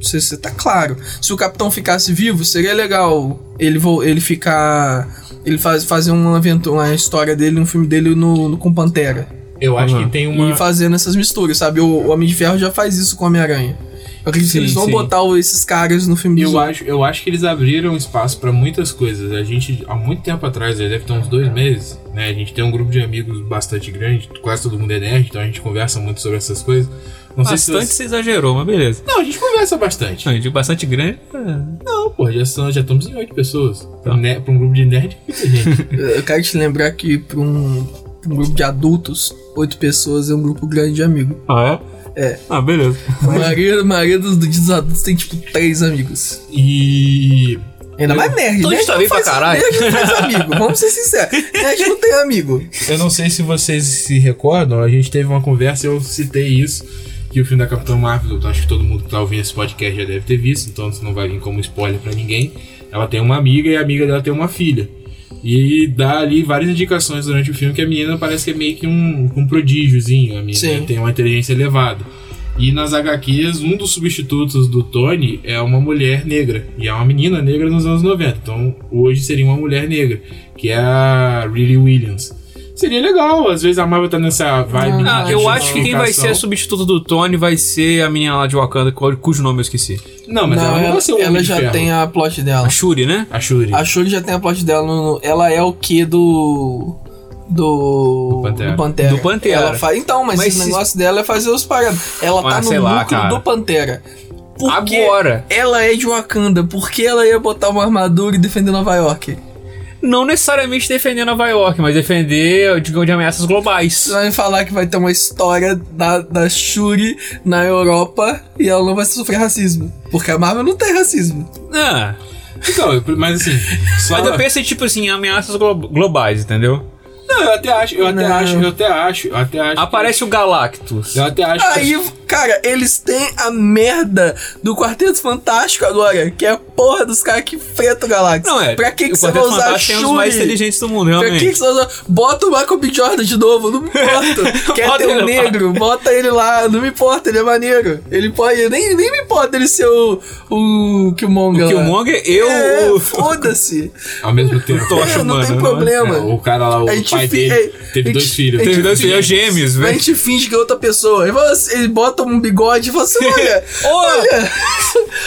Speaker 2: Isso, isso tá claro. Se o Capitão ficasse vivo, seria legal ele, vo- ele ficar... Ele faz, fazer uma aventura, uma história dele, um filme dele no, no- com Pantera.
Speaker 3: Eu acho
Speaker 1: Uhum.
Speaker 3: que tem
Speaker 2: E
Speaker 3: uma.
Speaker 2: fazendo essas misturas, sabe? O, o Homem de Ferro já faz isso com o Homem-Aranha. Eu acredito
Speaker 1: Sim,
Speaker 2: que eles vão
Speaker 1: sim.
Speaker 2: botar o- esses caras no filme dos
Speaker 3: Eu
Speaker 2: outros.
Speaker 3: acho, eu acho que eles abriram espaço pra muitas coisas. A gente, há muito tempo atrás, aí deve ter uns dois meses, né? A gente tem um grupo de amigos bastante grande, quase todo mundo é nerd, então a gente conversa muito sobre essas coisas. Não sei
Speaker 1: Bastante
Speaker 3: se.
Speaker 1: você exagerou, mas beleza.
Speaker 3: você- Não, a gente conversa bastante.
Speaker 1: Não, eu digo bastante grande. é.
Speaker 3: Não, pô, já, são- já estamos em oito pessoas. Pra,
Speaker 1: Tá.
Speaker 3: ne- pra um grupo de nerd, é muita gente.
Speaker 1: <laughs>
Speaker 2: Eu quero te lembrar que para um, pra um grupo de adultos, oito pessoas é um grupo grande de amigo.
Speaker 1: Ah, é?
Speaker 2: É.
Speaker 1: Ah, beleza.
Speaker 2: A maioria, a maioria dos, dos adultos tem tipo três amigos.
Speaker 3: E.
Speaker 2: Ainda mais nerd,
Speaker 1: Então a
Speaker 2: né?
Speaker 1: gente tá bem pra caralho.
Speaker 2: Nerd não faz amigo, vamos ser sinceros. Nerd não tem amigo.
Speaker 3: Eu não sei se vocês se recordam, a gente teve uma conversa e eu citei isso. Que o filme da Capitã Marvel, eu acho que todo mundo que tá ouvindo esse podcast já deve ter visto, então isso não vai vir como spoiler pra ninguém. Ela tem uma amiga e a amiga dela tem uma filha. E dá ali várias indicações durante o filme que a menina parece que é meio que um, um prodígiozinho. A menina né?
Speaker 2: Sim.
Speaker 3: tem uma inteligência elevada. E nas HQs, um dos substitutos do Tony é uma mulher negra. E é uma menina negra nos anos 90. Então hoje seria uma mulher negra, que é a Riri Williams. Seria legal, às vezes a Marvel tá nessa vibe.
Speaker 2: Ah,
Speaker 1: Ah,
Speaker 3: de
Speaker 1: eu acho que quem vai ser a
Speaker 3: justificação.
Speaker 1: substituta do Tony vai ser a menina lá de Wakanda, cu- cujo nome eu esqueci.
Speaker 3: Não, mas ela, não vai ser o
Speaker 1: um
Speaker 2: ela,
Speaker 3: Homem de
Speaker 2: já
Speaker 3: Ferro.
Speaker 2: tem a plot dela.
Speaker 1: A Shuri, né?
Speaker 3: A Shuri.
Speaker 2: A Shuri já tem a plot dela. no- ela é o que do. Do.
Speaker 3: Do Pantera.
Speaker 2: Do Pantera.
Speaker 1: Do Pantera.
Speaker 2: Ela fa- Então, mas,
Speaker 1: Mas
Speaker 2: o
Speaker 1: se-
Speaker 2: negócio dela é fazer os paradas. Ela
Speaker 1: Ah,
Speaker 2: tá no
Speaker 1: sei lá,
Speaker 2: núcleo
Speaker 1: cara.
Speaker 2: do Pantera. Por quê?
Speaker 1: Agora.
Speaker 2: Ela é de Wakanda, por que ela ia botar uma armadura e defender Nova York?
Speaker 1: não necessariamente defender Nova York, mas defender, digamos, de ameaças globais.
Speaker 2: Você vai me falar que vai ter uma história da, da Shuri na Europa e ela não vai sofrer racismo. Porque a Marvel não tem racismo.
Speaker 1: Ah,
Speaker 3: Então, eu- mas
Speaker 2: <laughs>
Speaker 3: assim, só.
Speaker 1: mas eu penso em, tipo assim, ameaças glo- globais, entendeu?
Speaker 3: Não, eu até acho, eu até
Speaker 2: Não.
Speaker 3: acho, eu até acho, eu até acho.
Speaker 1: Aparece o Galactus.
Speaker 3: Eu até acho.
Speaker 2: Aí, cara, eles têm a merda do Quarteto Fantástico agora, que é a porra dos caras que enfrentam o Galáxia.
Speaker 1: Não, é.
Speaker 2: Pra que, que
Speaker 1: o
Speaker 2: você vai
Speaker 1: Quarteto
Speaker 2: usar a
Speaker 1: Fantástico é um dos mais
Speaker 2: Shuri?
Speaker 1: inteligentes do mundo,
Speaker 2: Pra que,
Speaker 1: realmente.
Speaker 2: que você vai usar? Bota o Michael B. Jordan de novo, não me importa. Quer
Speaker 1: Bota
Speaker 2: ter um
Speaker 1: ele lá.
Speaker 2: negro, bota ele lá, não me importa, ele é maneiro. Ele pode, nem, nem me importa ele ser o, o Killmonger.
Speaker 1: O
Speaker 2: lá.
Speaker 1: Killmonger, eu. <laughs>
Speaker 2: É,
Speaker 1: o-
Speaker 2: foda-se.
Speaker 3: Ao mesmo tempo.
Speaker 1: Tô- Tocha
Speaker 2: É, não
Speaker 1: humana,
Speaker 2: tem
Speaker 1: né?
Speaker 2: problema.
Speaker 3: É, o cara lá, o
Speaker 2: A gente
Speaker 3: pai
Speaker 2: fi-
Speaker 3: dele,
Speaker 2: é,
Speaker 3: teve
Speaker 2: a
Speaker 3: dois
Speaker 2: gente-
Speaker 3: filhos.
Speaker 2: a gente
Speaker 1: Teve dois
Speaker 2: finge-
Speaker 1: filhos é gêmeos,
Speaker 2: A
Speaker 1: velho.
Speaker 2: gente finge que é outra pessoa. Ele, fala assim, ele bota um bigode e fala assim: olha, olha,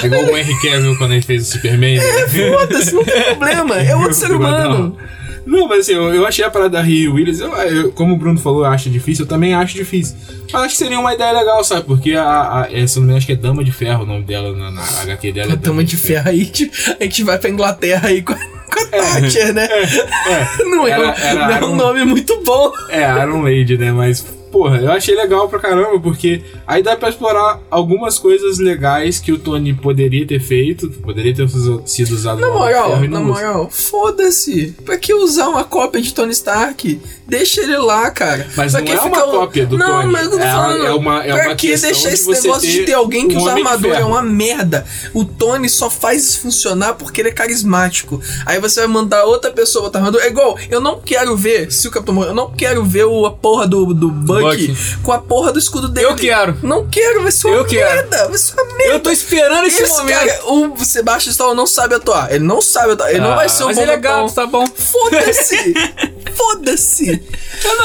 Speaker 3: É igual o Henry Cavill quando ele fez o Superman. né?
Speaker 2: foda-se, não tem problema. É outro ser humano.
Speaker 3: Não, mas assim, eu, eu achei a parada da Riri Williams, eu, eu- como o Bruno falou, eu acho difícil, eu também acho difícil. Mas acho que seria uma ideia legal, sabe? Porque a, a é, se eu não me engano, acho que é Dama de Ferro o nome dela na, na HQ dela. é
Speaker 2: Puta, Tamo de ferro aí, tipo, a gente vai pra Inglaterra aí com a, com a Thatcher, né?
Speaker 3: É,
Speaker 2: Não é,
Speaker 3: Era-
Speaker 2: um-
Speaker 3: era
Speaker 2: não é
Speaker 3: Iron-
Speaker 2: um nome muito bom.
Speaker 3: é a Iron Lady, né? Mas, porra, eu achei legal pra caramba, porque aí dá pra explorar algumas coisas legais que o Tony poderia ter feito, que poderia ter sido sido usado
Speaker 2: Na
Speaker 3: no Homem de
Speaker 2: moral,
Speaker 3: Ferro e
Speaker 2: na
Speaker 3: não usa.
Speaker 2: moral, foda-se. Pra que usar uma cópia de Tony Stark? Deixa ele lá, cara.
Speaker 3: Mas
Speaker 2: pra
Speaker 3: não
Speaker 2: que
Speaker 3: é uma
Speaker 2: ficar o-
Speaker 3: cópia do
Speaker 2: não,
Speaker 3: Tony.
Speaker 2: Mas eu tô
Speaker 3: É uma-
Speaker 2: falando,
Speaker 3: é uma- é
Speaker 2: pra
Speaker 3: uma
Speaker 2: que
Speaker 3: questão
Speaker 2: deixar
Speaker 3: de
Speaker 2: esse
Speaker 3: você
Speaker 2: negócio de
Speaker 3: ter
Speaker 2: ter alguém que
Speaker 3: um
Speaker 2: usa
Speaker 3: Homem de
Speaker 2: armadura? É
Speaker 3: Ferro.
Speaker 2: uma merda. O Tony só faz isso funcionar porque ele é carismático. Aí você vai mandar outra pessoa botar armadura. É igual, eu não quero ver, se o Capitão morrer, eu não quero ver o, a porra do, do Bucky,
Speaker 1: Bucky.
Speaker 2: com a porra do escudo dele.
Speaker 1: Eu quero.
Speaker 2: Não quero, vai ser uma
Speaker 1: Eu quero.
Speaker 2: merda. Vai ser uma merda.
Speaker 1: Eu tô esperando esse,
Speaker 2: Esse
Speaker 1: momento.
Speaker 2: cara, é o Sebastian Stallone não sabe atuar. Ele não sabe atuar. Ele não
Speaker 1: Ah,
Speaker 2: vai ser um
Speaker 1: mas
Speaker 2: bom
Speaker 1: ele é
Speaker 2: capitão.
Speaker 1: gato, tá bom. <laughs>
Speaker 2: Foda-se! Foda-se!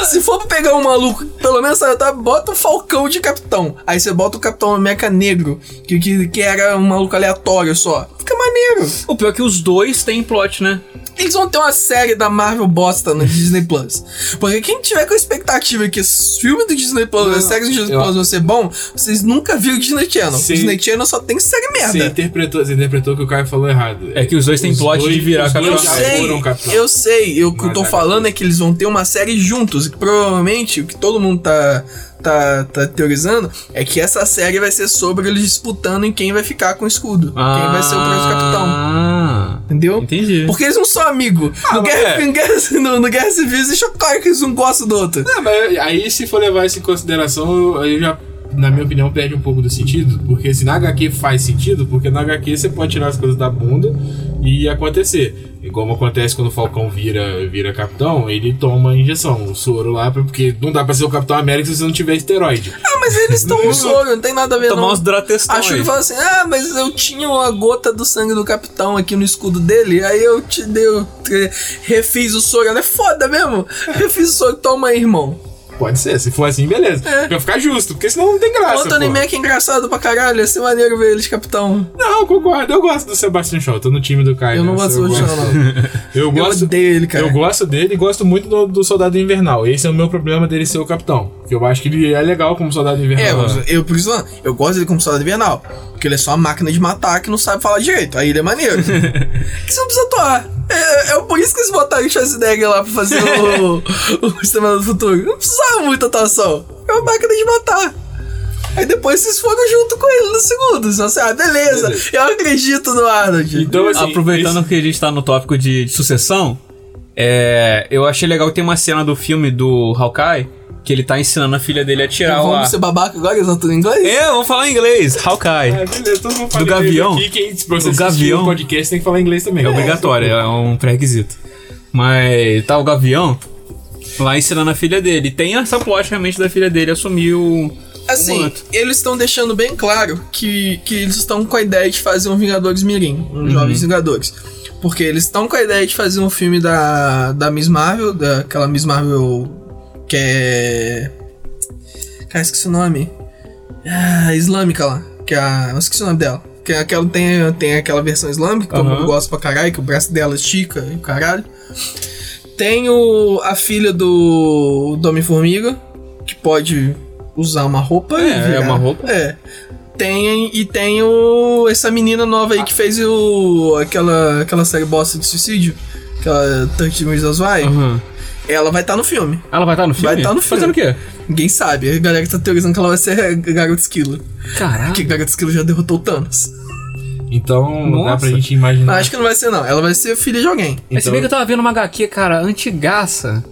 Speaker 2: Se for pra pegar um maluco, que pelo menos sabe atuar, bota um falcão de capitão. Aí você bota o capitão América negro, que, que, que era um maluco aleatório só. Fica maneiro.
Speaker 1: O pior é que os dois têm plot, né?
Speaker 2: Eles vão ter uma série da Marvel bosta no Disney Plus. Porque quem tiver com a expectativa que os filmes do Disney Plus,
Speaker 3: Não,
Speaker 2: as séries do Disney
Speaker 3: eu-
Speaker 2: Plus vão ser bom, vocês nunca viram o Disney Channel.
Speaker 3: Sim.
Speaker 2: Disney Channel só tem série merda.
Speaker 3: Você interpretou, você interpretou que o Caio falou errado.
Speaker 1: É que os dois têm plot de virar
Speaker 3: os
Speaker 1: Capitão
Speaker 2: Eu
Speaker 3: dois
Speaker 1: Já
Speaker 3: já
Speaker 2: sei,
Speaker 3: foram Capitão.
Speaker 2: eu sei. Eu, o que eu tô
Speaker 3: Mas,
Speaker 2: falando é que eles vão ter uma série juntos. E que provavelmente o que todo mundo tá, tá, tá teorizando é que essa série vai ser sobre eles disputando em quem vai ficar com o escudo. Quem vai ser o próximo capitão.
Speaker 1: Ah,
Speaker 2: Entendeu?
Speaker 1: entendi.
Speaker 2: Porque eles não são amigos. no,
Speaker 3: mas
Speaker 2: Guerra,
Speaker 3: é.
Speaker 2: no, Guerra, no, no Guerra Civil, eles chocaram que eles um gostam do outro.
Speaker 3: Ah, mas aí se for levar isso em consideração, eu- aí já, na minha opinião, perde um pouco do sentido. Porque se na HQ faz sentido, porque na HQ você pode tirar as coisas da bunda e acontecer. E como acontece quando o Falcão vira, vira capitão, ele toma a injeção, o soro lá, pra- porque não dá pra ser o Capitão América se você não tiver esteroide.
Speaker 2: Ah, mas eles estão um soro, não tem nada a ver
Speaker 1: Tomar
Speaker 2: não.
Speaker 1: uns
Speaker 2: A
Speaker 3: Então,
Speaker 1: dratestões.
Speaker 2: Shuri fala assim: Ah, mas eu tinha uma gota do sangue do capitão aqui no escudo dele, aí eu te dei, eu te- refiz o soro. Ela é foda mesmo? Refiz o soro, toma aí, irmão.
Speaker 3: Pode ser, se for assim, beleza.
Speaker 2: É.
Speaker 3: Pra ficar justo, porque senão não tem
Speaker 2: O
Speaker 3: graça.
Speaker 2: Anthony
Speaker 3: pô.
Speaker 2: Mack é engraçado pra caralho, ia ser maneiro ver ele de capitão.
Speaker 3: Não, concordo, eu gosto do Sebastian Shaw, tô no time do Caio.
Speaker 2: Eu não
Speaker 3: né?
Speaker 2: gosto do Shaw, não.
Speaker 3: <laughs> Eu
Speaker 2: Eu
Speaker 3: gosto,
Speaker 2: odeio ele, cara.
Speaker 3: Eu gosto dele e gosto muito do, do Soldado Invernal. Esse é o meu problema dele ser o capitão. Que eu acho que ele é legal como Soldado
Speaker 2: É,
Speaker 3: Invernal.
Speaker 2: eu, eu, por isso, eu gosto dele como soldado invernal. Porque ele é só uma máquina de matar que não sabe falar direito. Aí ele é
Speaker 3: <laughs>
Speaker 2: maneiro. você não precisa atuar. É, é por isso que eles botaram o Schwarzenegger lá pra fazer o,
Speaker 3: <laughs>
Speaker 2: o Exterminador do Futuro. Não precisava muita atuação. É uma máquina de matar. Aí depois vocês foram junto com ele no segundo. Então, assim, ah, beleza,
Speaker 3: Beleza.
Speaker 2: eu acredito no Arnold.
Speaker 3: Então, assim,
Speaker 1: Aproveitando
Speaker 3: esse-
Speaker 1: que a gente tá no tópico de, de sucessão, é, eu achei legal que tem uma cena do filme do Hawkeye que ele tá ensinando a filha dele a tirar o
Speaker 2: Então vamos
Speaker 1: ar.
Speaker 2: ser babaca agora, eles não estão em inglês?
Speaker 1: É, vamos falar em inglês. Hawkeye.
Speaker 3: Ah, beleza, todo mundo fala
Speaker 1: Do
Speaker 3: inglês
Speaker 1: Gavião?
Speaker 3: Aqui, quem, se você
Speaker 1: Do
Speaker 3: assistir
Speaker 1: Gavião?
Speaker 3: o podcast tem que falar inglês também.
Speaker 1: É obrigatório, é um pré-requisito. Mas tá o Gavião lá ensinando a filha dele. E tem essa plot realmente da filha dele assumir o.
Speaker 2: Assim,
Speaker 1: Manto.
Speaker 2: eles estão deixando bem claro que, que eles estão com a ideia de fazer um Vingadores Mirim, um Jovens Vingadores. Porque eles estão com a ideia de fazer um filme da, da Miss Marvel, daquela Miss Marvel que é. Cara, esqueci o nome. Ah, islâmica lá. Que é a. Eu esqueci o nome dela. Que é aquela tem, tem aquela versão islâmica, que todo
Speaker 1: Aham.
Speaker 2: mundo gosta pra caralho, que o braço dela estica e o caralho. Tem o, a filha do, do Homem-Formiga, que pode usar uma roupa. e
Speaker 1: É, é
Speaker 2: virar.
Speaker 1: uma roupa.
Speaker 2: É. Tem, e tem
Speaker 1: Ah.
Speaker 2: o, essa menina nova aí que fez o, aquela, aquela série bosta de suicídio. aquela 30 Reasons Why,
Speaker 1: Aham.
Speaker 2: ela vai estar no filme.
Speaker 1: Ela vai estar no filme?
Speaker 2: Vai tá no filme.
Speaker 1: Fazendo o quê?
Speaker 2: Ninguém sabe. A galera que tá teorizando que ela vai ser a Garota Esquilo.
Speaker 1: Caralho.
Speaker 2: Porque Garota Esquilo já derrotou o Thanos.
Speaker 3: Então dá
Speaker 1: Nossa.
Speaker 3: pra gente imaginar. então,
Speaker 2: Acho que não vai ser, não. Ela vai ser filha de alguém.
Speaker 1: Mas se bem que eu tava vendo uma HQ, cara, antigaça,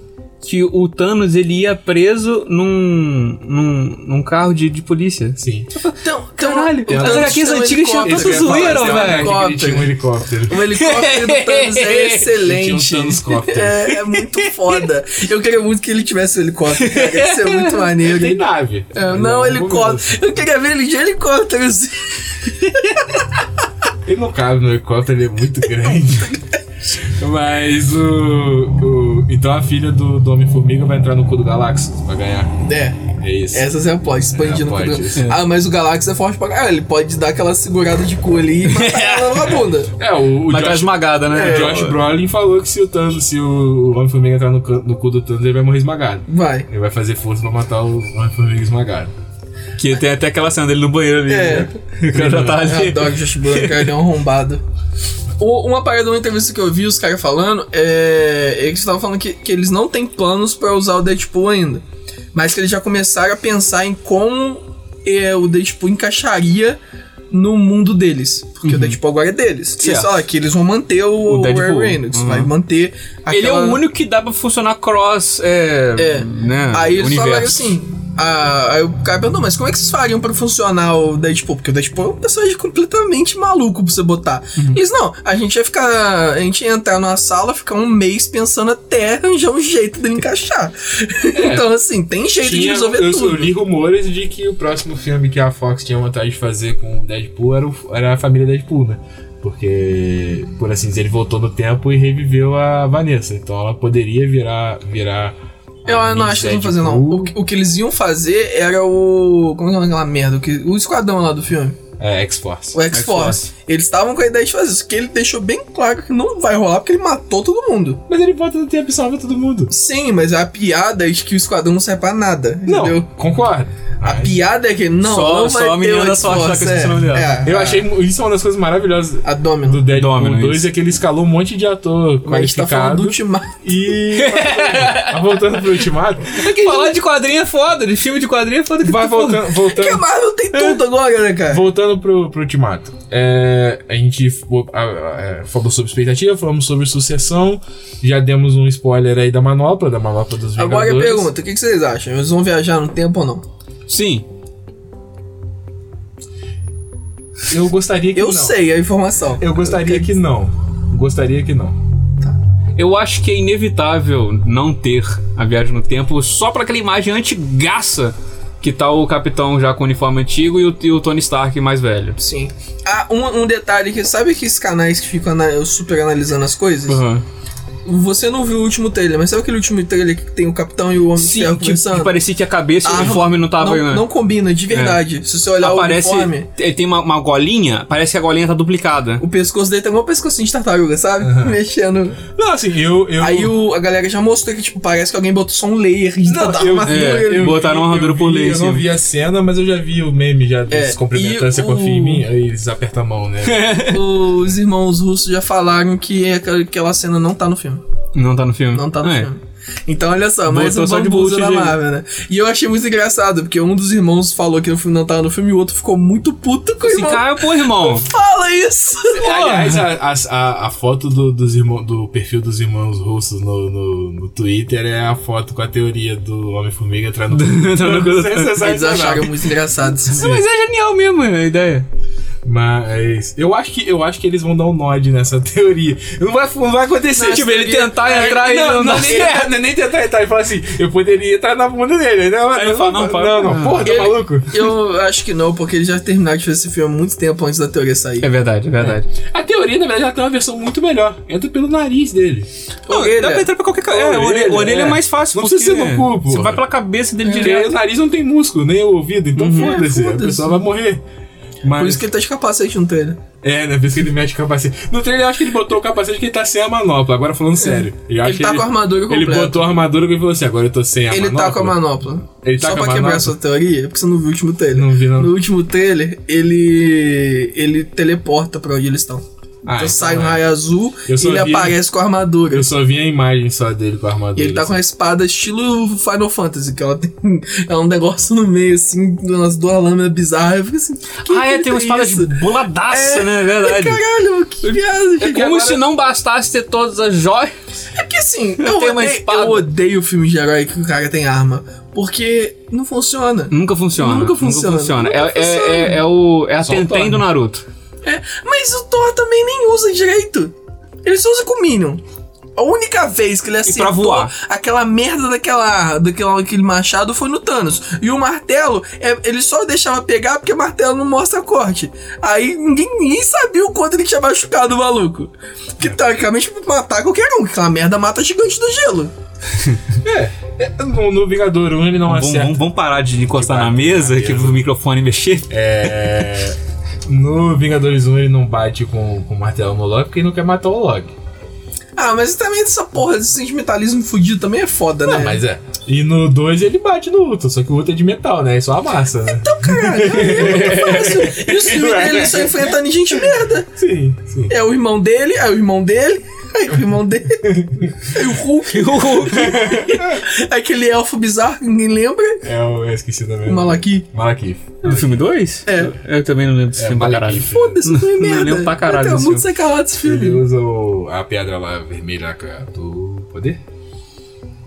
Speaker 1: que o Thanos, ele ia preso num, num, num carro de, de polícia.
Speaker 3: Sim.
Speaker 2: Então, então
Speaker 1: Caralho,
Speaker 2: então,
Speaker 1: as HQs
Speaker 2: tinha um
Speaker 1: antigas tinham
Speaker 2: helicóptero,
Speaker 1: tanto
Speaker 2: eu ia falar,
Speaker 1: zoeira,
Speaker 2: tinha um
Speaker 1: velho.
Speaker 3: Que ele tinha um
Speaker 2: helicóptero.
Speaker 3: helicóptero.
Speaker 2: O helicóptero do <laughs> Thanos é excelente.
Speaker 3: Tinha um Thanoscóptero.
Speaker 2: É, é muito foda. Eu queria muito que ele tivesse um helicóptero, cara. Ia ser muito maneiro.
Speaker 3: Tem nave.
Speaker 2: É, não, helicóptero. Eu queria ver ele de helicóptero. assim.
Speaker 3: Ele não cabe no helicóptero, ele é <laughs> muito grande. Mas o, o- Então a filha do, do Homem-Formiga vai entrar no cu do Galáxia pra ganhar.
Speaker 2: É.
Speaker 3: É isso.
Speaker 2: Essas é a plot, expandindo
Speaker 3: É, a plot,
Speaker 2: o
Speaker 3: isso.
Speaker 2: Ah, mas o Galactus é forte pra caralho. Ele pode dar aquela segurada de cu ali e <laughs> matar ela na bunda.
Speaker 3: É, o, o
Speaker 1: Mas tá
Speaker 3: Josh,
Speaker 1: esmagada, né?
Speaker 3: o Josh Brolin falou que se o, Thanos, se o Homem-Formiga entrar no, can- no cu do Thanos, ele vai morrer esmagado.
Speaker 2: Vai.
Speaker 3: Ele vai fazer força pra matar o Homem-Formiga esmagado.
Speaker 1: Que tem até aquela cena dele no banheiro ali.
Speaker 2: É.
Speaker 1: né? O cara já tá
Speaker 2: Eu
Speaker 1: ali.
Speaker 2: adoro Josh Brolin, cara, ele é um arrombado. O- Uma parada, uma entrevista que eu vi os caras falando, é. Eles estavam falando que, que eles não têm planos pra usar o Deadpool ainda. Mas que eles já começaram a pensar em como é, o Deadpool encaixaria no mundo deles. Porque o Deadpool agora é deles. E
Speaker 1: Certo.
Speaker 2: só que eles vão manter o,
Speaker 1: Uhum. O
Speaker 2: o
Speaker 1: Deadpool.
Speaker 2: Ryan Reynolds.
Speaker 1: Uhum.
Speaker 2: Vai manter
Speaker 1: Ele é
Speaker 2: aquela-
Speaker 1: o único que dá pra funcionar cross, é,
Speaker 2: É.
Speaker 1: né,
Speaker 3: Ah,
Speaker 2: Aí eles
Speaker 1: universo.
Speaker 2: falaram assim. ah, aí o cara perguntou, mas como é que vocês fariam pra funcionar o Deadpool? Porque o Deadpool é um personagem completamente maluco pra você botar.
Speaker 3: Uhum.
Speaker 2: Eles não, a gente ia ficar. A gente ia entrar numa sala, ficar um mês pensando até arranjar um jeito dele encaixar. <laughs> então, assim, tem jeito de
Speaker 3: É. Tinha-
Speaker 2: resolver
Speaker 3: eu, eu
Speaker 2: tudo.
Speaker 3: li rumores de que o próximo filme que a Fox tinha vontade de fazer com o Deadpool era, o- era a família Deadpool, né? Porque, por assim dizer, ele voltou no tempo e reviveu a Vanessa. Então ela poderia virar. virar
Speaker 2: Eu
Speaker 3: a
Speaker 2: não
Speaker 3: Miss
Speaker 2: acho que eles vão fazer, não.
Speaker 3: Deadpool.
Speaker 2: O, que- o que eles iam fazer era o. Como é que é aquela merda? O, que, o esquadrão lá do filme.
Speaker 3: É, X-Force.
Speaker 2: O X-Force. Eles estavam com a ideia de fazer isso. Que ele deixou bem claro que não vai rolar porque ele matou todo mundo.
Speaker 3: Mas ele volta no tempo e salva todo mundo.
Speaker 2: Sim, mas a piada é de que o esquadrão não serve pra nada,
Speaker 3: Não,
Speaker 2: entendeu?
Speaker 3: concordo.
Speaker 2: A
Speaker 3: Mas
Speaker 2: piada é que não,
Speaker 1: Só-
Speaker 2: não
Speaker 1: só
Speaker 2: vai
Speaker 1: a menina
Speaker 2: ter o
Speaker 1: da sorte lá que eu
Speaker 2: Xbox,
Speaker 1: esqueci o nome dela.
Speaker 2: é,
Speaker 3: Eu
Speaker 2: a-
Speaker 3: achei isso é uma das coisas maravilhosas
Speaker 2: A Domino.
Speaker 3: do Deadpool
Speaker 1: Domino,
Speaker 3: 2 é que ele escalou um monte de ator
Speaker 2: Mas a gente tá falando do
Speaker 3: qualificado
Speaker 1: Então,
Speaker 2: Ultimato.
Speaker 3: e. <laughs> Mas voltando pro
Speaker 2: <laughs>
Speaker 3: ultimato,
Speaker 1: Falar de quadrinho é foda, de filme de quadrinho é foda. que
Speaker 3: vai
Speaker 1: tá foda.
Speaker 3: voltando. voltando
Speaker 2: Porque a Marvel tem
Speaker 1: é.
Speaker 2: tudo agora, né, cara?
Speaker 3: Voltando pro, pro Ultimato. É, a gente fo- a- a- é, falou sobre expectativa, falamos sobre sucessão, já demos um spoiler aí da manopla, da manopla dos
Speaker 2: Agora
Speaker 3: Vingadores.
Speaker 2: eu pergunto, o que que vocês acham? Eles vão viajar no tempo ou não?
Speaker 1: Sim.
Speaker 3: Eu gostaria que
Speaker 2: Eu
Speaker 3: não.
Speaker 2: sei a informação.
Speaker 3: Eu gostaria que não. Gostaria que não.
Speaker 1: Eu acho que é inevitável não ter a viagem no tempo só pra aquela imagem antigaça que tá o capitão já com o uniforme antigo e o, e o Tony Stark mais velho.
Speaker 2: Sim. Ah, um, um detalhe que sabe aqueles canais que ficam ana- super analisando as coisas?
Speaker 1: Aham. Uhum.
Speaker 2: Você não viu o último trailer, mas sabe aquele último trailer que tem o Capitão e o Homem de
Speaker 1: Sim, tipo, É
Speaker 2: Ferro
Speaker 1: que, que
Speaker 2: conversando?
Speaker 1: parecia que a cabeça e o
Speaker 2: Ah,
Speaker 1: uniforme não tava. né? É.
Speaker 2: não, não combina, de verdade. Se você olhar
Speaker 1: aparece.
Speaker 2: o uniforme...
Speaker 1: é, Tem uma, uma golinha, parece que a golinha tá duplicada.
Speaker 2: O pescoço dele tem igual o pescocinho de tartaruga, sabe? <laughs> Mexendo.
Speaker 3: Não, assim, eu. eu
Speaker 2: Aí o- a galera já mostrou que, tipo, parece que alguém botou só um layer de
Speaker 3: <laughs> Não,
Speaker 2: da
Speaker 3: eu,
Speaker 2: armadura. <laughs>
Speaker 1: é,
Speaker 3: eu
Speaker 1: botaram
Speaker 3: vi-
Speaker 1: uma armadura
Speaker 3: eu
Speaker 1: por
Speaker 3: vi,
Speaker 1: lei em
Speaker 3: Eu
Speaker 1: cima.
Speaker 3: não vi a cena, mas eu já vi o meme já
Speaker 2: É,
Speaker 3: se cumprimentando,
Speaker 2: e
Speaker 3: você
Speaker 2: o-
Speaker 3: confia em mim, aí eles apertam a mão, né?
Speaker 2: Os irmãos russos já falaram que é aquela- aquela cena não tá no filme.
Speaker 1: Não tá no filme?
Speaker 2: Não tá no
Speaker 1: É.
Speaker 2: filme. Então, olha só, mais
Speaker 1: Botou
Speaker 2: um
Speaker 1: só de
Speaker 2: bambuzo
Speaker 1: bullshit
Speaker 2: da
Speaker 1: dele.
Speaker 2: Marvel, né? E eu achei muito engraçado, porque um dos irmãos falou que o filme não tava no filme e o outro ficou muito puto com o
Speaker 1: Assim,
Speaker 2: irmão.
Speaker 1: cara, pô, irmão.
Speaker 2: Fala isso!
Speaker 3: Aliás, a, a- a- a foto do, dos irmão- do perfil dos irmãos russos no, no- no Twitter é a foto com a teoria do Homem-Formiga entrando <laughs> no. é
Speaker 1: Entrando no-
Speaker 2: Eles acharam muito engraçado.
Speaker 1: <laughs>
Speaker 2: isso.
Speaker 1: Mas é genial mesmo a ideia.
Speaker 3: Mas eu acho, que, eu acho que eles vão dar um nod nessa teoria. Não vai, não vai acontecer,
Speaker 2: Nossa,
Speaker 3: tipo, ele
Speaker 2: teoria-
Speaker 3: tentar
Speaker 1: é,
Speaker 3: entrar e
Speaker 1: não,
Speaker 3: não,
Speaker 1: não dá
Speaker 3: nem,
Speaker 1: certo.
Speaker 3: é, não é nem tentar entrar e falar assim, eu poderia entrar na bunda dele. Não,
Speaker 1: Aí
Speaker 3: não,
Speaker 1: eu falo, não,
Speaker 3: não,
Speaker 1: para.
Speaker 3: não, não, porra, tá
Speaker 2: Ele-
Speaker 3: maluco?
Speaker 2: Eu acho que não, porque eles já terminaram de fazer esse filme há muito tempo antes da teoria sair.
Speaker 1: É verdade, é verdade.
Speaker 3: A teoria, na verdade, ela tem uma versão muito melhor. Entra pelo nariz dele.
Speaker 1: Não,
Speaker 2: Orelha.
Speaker 1: dá pra entrar pra qualquer coisa. É,
Speaker 3: Orelha,
Speaker 1: orelha, orelha é
Speaker 3: é.
Speaker 1: mais fácil.
Speaker 3: Não precisa
Speaker 1: porque
Speaker 3: ser no cu, pô.
Speaker 1: Você vai pela cabeça dele
Speaker 3: Porque
Speaker 1: direto.
Speaker 3: o nariz não tem músculo, nem o ouvido, então foda-se,
Speaker 2: Uhum. É, foda-se.
Speaker 3: a pessoa vai morrer. Mas,
Speaker 2: Por isso que ele tá de capacete no trailer.
Speaker 3: É, na vez que ele mete o capacete. No trailer eu acho que ele botou o capacete porque ele tá sem a manopla, agora falando sério. Eu acho
Speaker 2: Ele tá
Speaker 3: que
Speaker 2: com a armadura
Speaker 3: Ele
Speaker 2: completa.
Speaker 3: botou a armadura e falou assim: agora eu tô sem a
Speaker 2: Ele
Speaker 3: manopla.
Speaker 2: tá com a manopla.
Speaker 3: Ele tá
Speaker 2: Só
Speaker 3: com a
Speaker 2: pra quebrar
Speaker 3: manopla?
Speaker 2: sua teoria, é porque você não viu o último trailer.
Speaker 3: Não vi, não.
Speaker 2: No último trailer, ele. ele teleporta pra onde eles estão.
Speaker 3: Ah,
Speaker 2: então
Speaker 3: então
Speaker 2: sai um
Speaker 3: é.
Speaker 2: raio azul e
Speaker 3: Eu só
Speaker 2: ele
Speaker 3: vi-
Speaker 2: aparece com a armadura.
Speaker 3: Eu só vi a imagem só dele com a armadura.
Speaker 2: E ele tá com a espada estilo Final Fantasy, que ela <laughs> tem é um negócio no meio, assim, umas duas lâminas bizarras. Eu fico assim, que
Speaker 1: ah, é,
Speaker 2: que
Speaker 1: tem uma espada
Speaker 3: <laughs>
Speaker 2: isso?
Speaker 1: de boladaça,
Speaker 2: É.
Speaker 1: né? É verdade.
Speaker 2: Caralho, que
Speaker 3: é
Speaker 2: viagem, gente.
Speaker 1: Como
Speaker 2: Agora-
Speaker 1: se não bastasse ter todas as joias.
Speaker 2: É porque assim, eu,
Speaker 1: tenho uma
Speaker 2: odeio,
Speaker 1: espada.
Speaker 2: eu odeio filmes de herói que o cara tem arma. Porque não funciona.
Speaker 1: Nunca funciona.
Speaker 2: Nunca funciona.
Speaker 1: É,
Speaker 2: Nunca
Speaker 1: é-
Speaker 2: funciona.
Speaker 1: é- é o, é a
Speaker 3: Só o
Speaker 1: Tenten
Speaker 3: Thor.
Speaker 1: do Naruto.
Speaker 2: É, mas o Thor também nem usa direito. Ele só usa com o Minion. A única vez que ele acertou
Speaker 1: voar.
Speaker 2: aquela merda daquela, daquela, aquele machado foi no Thanos. E o martelo, é, ele só deixava pegar porque o martelo não mostra corte. Aí ninguém, ninguém sabia o quanto ele tinha machucado o maluco. Que teoricamente pra matar qualquer um, que aquela merda mata gigante do gelo.
Speaker 3: É, é, no, no Vingador 1 ele não
Speaker 1: Vamos,
Speaker 3: acerta.
Speaker 1: vamos- vamos parar de encostar
Speaker 3: Que
Speaker 1: na
Speaker 3: bate
Speaker 1: mesa,
Speaker 3: na
Speaker 1: que
Speaker 3: mesa.
Speaker 1: o microfone <laughs> mexer.
Speaker 3: É. No Vingadores 1 ele não bate com, com o martelo no Loki porque ele não quer matar o Loki.
Speaker 2: Ah, mas também essa porra desse sentimentalismo fudido também é foda, né?
Speaker 3: Ah, mas é. E no 2 ele bate no Ultron, só que o Ultron é de metal, né? E só amassa, né?
Speaker 2: Então-
Speaker 1: <laughs>
Speaker 2: Cara, é fácil. E os filmes dele só enfrentando gente merda.
Speaker 3: Sim, sim.
Speaker 2: É o irmão dele, aí o irmão dele, <laughs> aí o irmão dele, aí
Speaker 1: <laughs>
Speaker 2: o Hulk,
Speaker 1: O Hulk.
Speaker 2: <laughs> aquele elfo bizarro que ninguém lembra,
Speaker 3: É, eu eu esqueci também.
Speaker 2: o Malaki.
Speaker 3: Malakif.
Speaker 1: Do filme 2?
Speaker 2: É.
Speaker 1: Eu também não lembro desse
Speaker 3: É,
Speaker 1: filme pra caralho.
Speaker 3: Malakif.
Speaker 2: Foda-se, não é merda.
Speaker 1: lembro pra caralho
Speaker 2: Tá
Speaker 1: desse
Speaker 2: muito
Speaker 1: filme.
Speaker 2: sacanagem esse
Speaker 3: Ele
Speaker 2: filme.
Speaker 3: usa o- a pedra lá vermelha lá, do poder?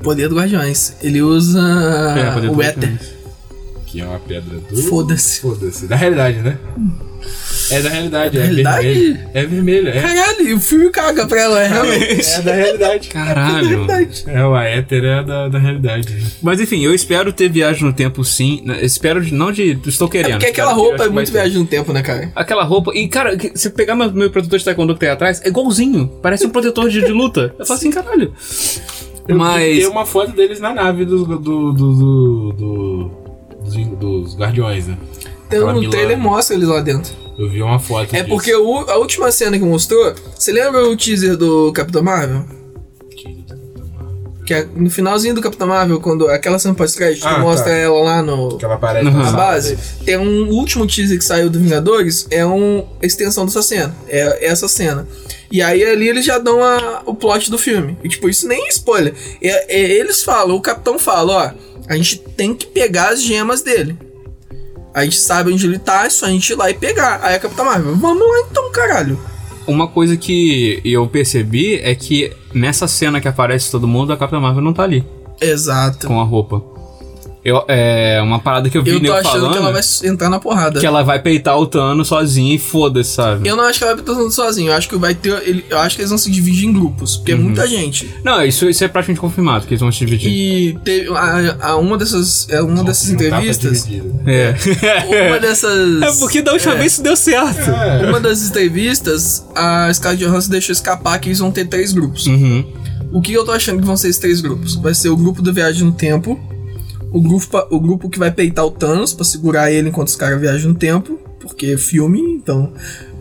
Speaker 2: Poder do Guardiões. Ele usa
Speaker 1: É, poder
Speaker 2: o
Speaker 1: do
Speaker 2: éter.
Speaker 3: Que é uma pedra do.
Speaker 2: Foda-se.
Speaker 3: Foda-se. Da realidade, né? É da realidade, é,
Speaker 2: Da realidade?
Speaker 3: vermelho. É vermelho, é.
Speaker 2: Caralho, e o filme caga pra ela, é realmente.
Speaker 3: É da realidade.
Speaker 2: É
Speaker 1: Caralho.
Speaker 2: verdade.
Speaker 3: É, o éter é da, da realidade.
Speaker 1: Mas enfim, eu espero ter viagem no tempo sim. Né, Espero de- não de. Estou querendo.
Speaker 2: É porque aquela
Speaker 1: Espero que-
Speaker 2: roupa
Speaker 1: acho
Speaker 2: é
Speaker 1: que
Speaker 2: muito
Speaker 1: vai ter.
Speaker 2: viagem no tempo, né, cara?
Speaker 1: Aquela roupa. E, cara, que- se pegar meu, meu protetor de taekwondo que tem atrás, é igualzinho. Parece um protetor de, de luta. Eu falo assim, caralho.
Speaker 3: Eu-
Speaker 1: Mas.
Speaker 3: Tem uma foto deles na nave dos. do- do- do- do- dos, dos Guardiões, né?
Speaker 2: Então,
Speaker 3: Aquela
Speaker 2: no
Speaker 3: Milana.
Speaker 2: trailer mostra eles lá dentro.
Speaker 3: Eu vi uma foto.
Speaker 2: É
Speaker 3: disso.
Speaker 2: porque o- a última cena que mostrou, você lembra o teaser do Capitão Marvel? Que é no finalzinho do Capitão Marvel, quando aquela cena pós-crédito
Speaker 3: Ah,
Speaker 2: que mostra
Speaker 3: tá.
Speaker 2: ela lá no,
Speaker 3: Que ela aparece
Speaker 1: Uhum.
Speaker 2: na
Speaker 3: sala
Speaker 2: base,
Speaker 3: deles.
Speaker 2: tem um último teaser que saiu do Vingadores, é uma extensão dessa cena. É essa cena. E aí ali eles já dão a- o plot do filme. E tipo, isso nem é spoiler. É- é- eles falam, o capitão fala, ó, a gente tem que pegar as gemas dele. A gente sabe onde ele tá, é só a gente ir lá e pegar. Aí a Capitã Marvel, vamos lá então, caralho.
Speaker 1: Uma coisa que eu percebi é que nessa cena que aparece todo mundo, a Capitã Marvel não tá ali
Speaker 2: Exato.
Speaker 1: com a roupa. Eu, é uma parada que eu vi
Speaker 2: Eu tô
Speaker 1: nego
Speaker 2: achando
Speaker 1: falando
Speaker 2: que ela vai entrar na porrada.
Speaker 1: que ela vai peitar o Thanos sozinha e foda-se, sabe?
Speaker 2: Eu não acho que ela vai estar todo sozinho. Eu acho que vai ter. ele- eu acho que eles vão se dividir em grupos, porque
Speaker 1: Uhum.
Speaker 2: é muita gente.
Speaker 1: Não, isso, isso é praticamente confirmado, que eles vão se dividir.
Speaker 2: E teve a, a- uma dessas, é, uma dessas
Speaker 3: Não dá pra
Speaker 2: entrevistas.
Speaker 3: dividir, né?
Speaker 2: <laughs>
Speaker 1: É.
Speaker 2: Uma dessas.
Speaker 1: <laughs> É porque da última vez isso deu certo.
Speaker 3: É.
Speaker 2: Uma das entrevistas, a Scarlett Johansson deixou escapar que eles vão ter três grupos.
Speaker 1: Uhum.
Speaker 2: O que eu tô achando que vão ser esses três grupos? Vai ser o grupo da Viagem no Tempo, o grupo, pa- o grupo que vai peitar o Thanos pra segurar ele enquanto os caras viajam no tempo, porque é filme, então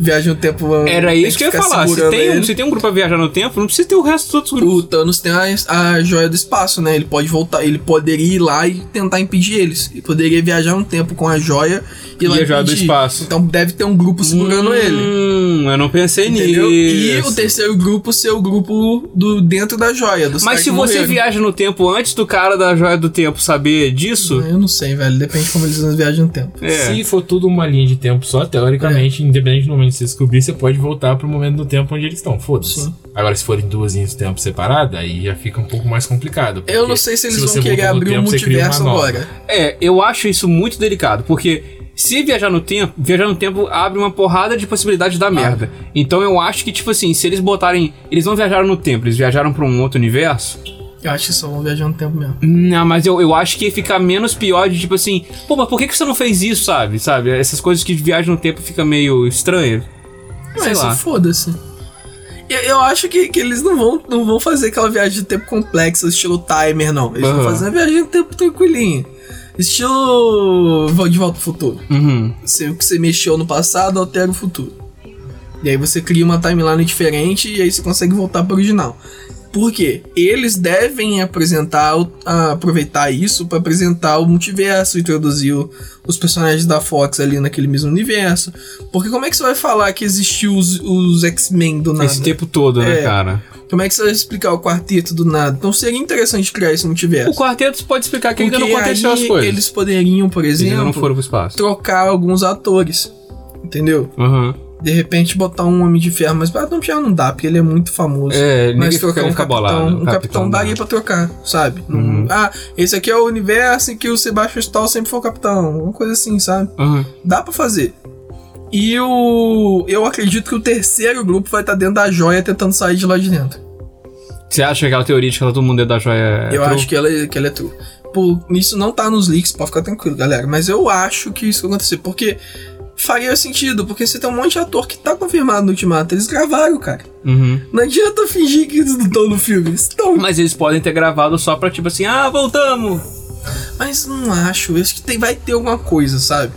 Speaker 2: Viagem no Tempo é-
Speaker 1: Era
Speaker 2: tem
Speaker 1: isso que eu ia
Speaker 2: ficar
Speaker 1: falar. Se
Speaker 2: segurando
Speaker 1: tem, um,
Speaker 2: ele.
Speaker 1: se tem um grupo pra viajar no tempo, não precisa ter o resto dos outros grupos.
Speaker 2: O Thanos tem a, a joia do espaço, né? Ele pode voltar, ele poderia ir lá e tentar impedir eles. Ele poderia viajar um tempo com a joia e, ir lá
Speaker 1: E a joia do
Speaker 2: impedir.
Speaker 1: espaço.
Speaker 2: Então deve ter um grupo
Speaker 3: Hum,
Speaker 2: segurando ele.
Speaker 1: Hum, eu não pensei
Speaker 2: Entendeu? E
Speaker 1: nisso.
Speaker 2: o terceiro grupo ser o grupo do dentro da joia. Dos
Speaker 1: Mas
Speaker 2: caras
Speaker 1: se
Speaker 2: que
Speaker 1: você
Speaker 2: morreram.
Speaker 1: viaja no tempo antes do cara da joia do tempo saber disso,
Speaker 2: Eu não sei, velho. Depende de como eles viajam no tempo.
Speaker 1: É.
Speaker 3: Se for tudo uma linha de tempo só,
Speaker 2: É.
Speaker 3: teoricamente, independente do momento que você descobrir, você pode voltar pro momento do tempo onde eles estão. Foda-se.
Speaker 2: Sim.
Speaker 3: Agora, se forem duas linhas de tempo separadas, aí já fica um pouco mais complicado.
Speaker 2: Eu
Speaker 3: porque
Speaker 2: não sei se eles
Speaker 3: você
Speaker 2: vão querer
Speaker 3: voltar no
Speaker 2: abrir o
Speaker 3: tempo, você cria uma
Speaker 2: multiverso
Speaker 3: nova.
Speaker 2: agora.
Speaker 1: é, eu acho isso muito delicado, porque se viajar no tempo, viajar no tempo abre uma porrada de possibilidade da merda. Então eu acho que, tipo assim, se eles botarem. Eles não viajaram no tempo, eles viajaram pra um outro universo.
Speaker 2: Eu acho que só vão viajar no tempo mesmo.
Speaker 1: Não, mas eu, eu acho que ia ficar menos pior de tipo assim, pô, mas por que, que você não fez isso, sabe? Sabe? Essas coisas que viajam no tempo fica meio estranha. Sei
Speaker 2: Mas
Speaker 1: lá.
Speaker 2: foda-se. Eu, eu acho que, que eles não vão, não vão fazer aquela viagem de tempo complexa, estilo timer, não. Eles vão
Speaker 1: Aham.
Speaker 2: fazer uma viagem de tempo tranquilinha. Estilo Vo- de volta ao futuro.
Speaker 1: Uhum.
Speaker 2: Você, o que você mexeu no passado altera o futuro. E aí você cria uma timeline diferente e aí você consegue voltar pro original. Porque eles devem apresentar, o- ah, aproveitar isso pra apresentar o multiverso, introduzir o- os personagens da Fox ali naquele mesmo universo. Porque como é que você vai falar que existiu os, os X-Men do nada?
Speaker 1: Esse tempo todo, né,
Speaker 2: É.
Speaker 1: cara?
Speaker 2: Como é que você vai explicar o quarteto do nada? Então seria interessante criar esse multiverso.
Speaker 1: O quarteto pode explicar que ainda não
Speaker 2: É. Porque
Speaker 1: aconteceu
Speaker 2: aí
Speaker 1: as coisas. Eles,
Speaker 2: Eles poderiam, por
Speaker 1: ainda não
Speaker 2: exemplo,
Speaker 1: foram pro espaço.
Speaker 2: trocar alguns atores. Entendeu?
Speaker 1: Aham.
Speaker 2: De repente botar um Homem de Ferro, mas Batman de Ferro não dá, porque ele é muito famoso.
Speaker 1: É, ninguém
Speaker 2: mas
Speaker 1: fica,
Speaker 2: trocar
Speaker 1: fica
Speaker 2: um capitão,
Speaker 1: bolado. né?
Speaker 2: um capitão daria pra trocar, sabe?
Speaker 1: Uhum.
Speaker 2: Um- Ah, esse aqui é o universo em que o Sebastian Stahl sempre foi o capitão, uma coisa assim, sabe?
Speaker 1: Aham.
Speaker 2: Dá pra fazer. E o eu acredito que o terceiro grupo vai estar dentro da joia tentando sair de lá de dentro.
Speaker 1: Você acha que aquela teoria de que ela todo mundo dentro da joia é
Speaker 2: eu acho que ela, é- que ela é true. Por, isso não tá nos leaks, pode ficar tranquilo, galera. Mas eu acho que isso vai acontecer, porque faria sentido, porque você tem um monte de ator que tá confirmado no Ultimato. Eles gravaram, cara.
Speaker 1: Uhum.
Speaker 2: Não adianta fingir que eles não estão no filme. Eles estão. Mas,
Speaker 1: Mas eles podem ter gravado só pra tipo assim, ah, voltamos!
Speaker 2: mas não acho. Eu acho que tem, vai ter alguma coisa, sabe?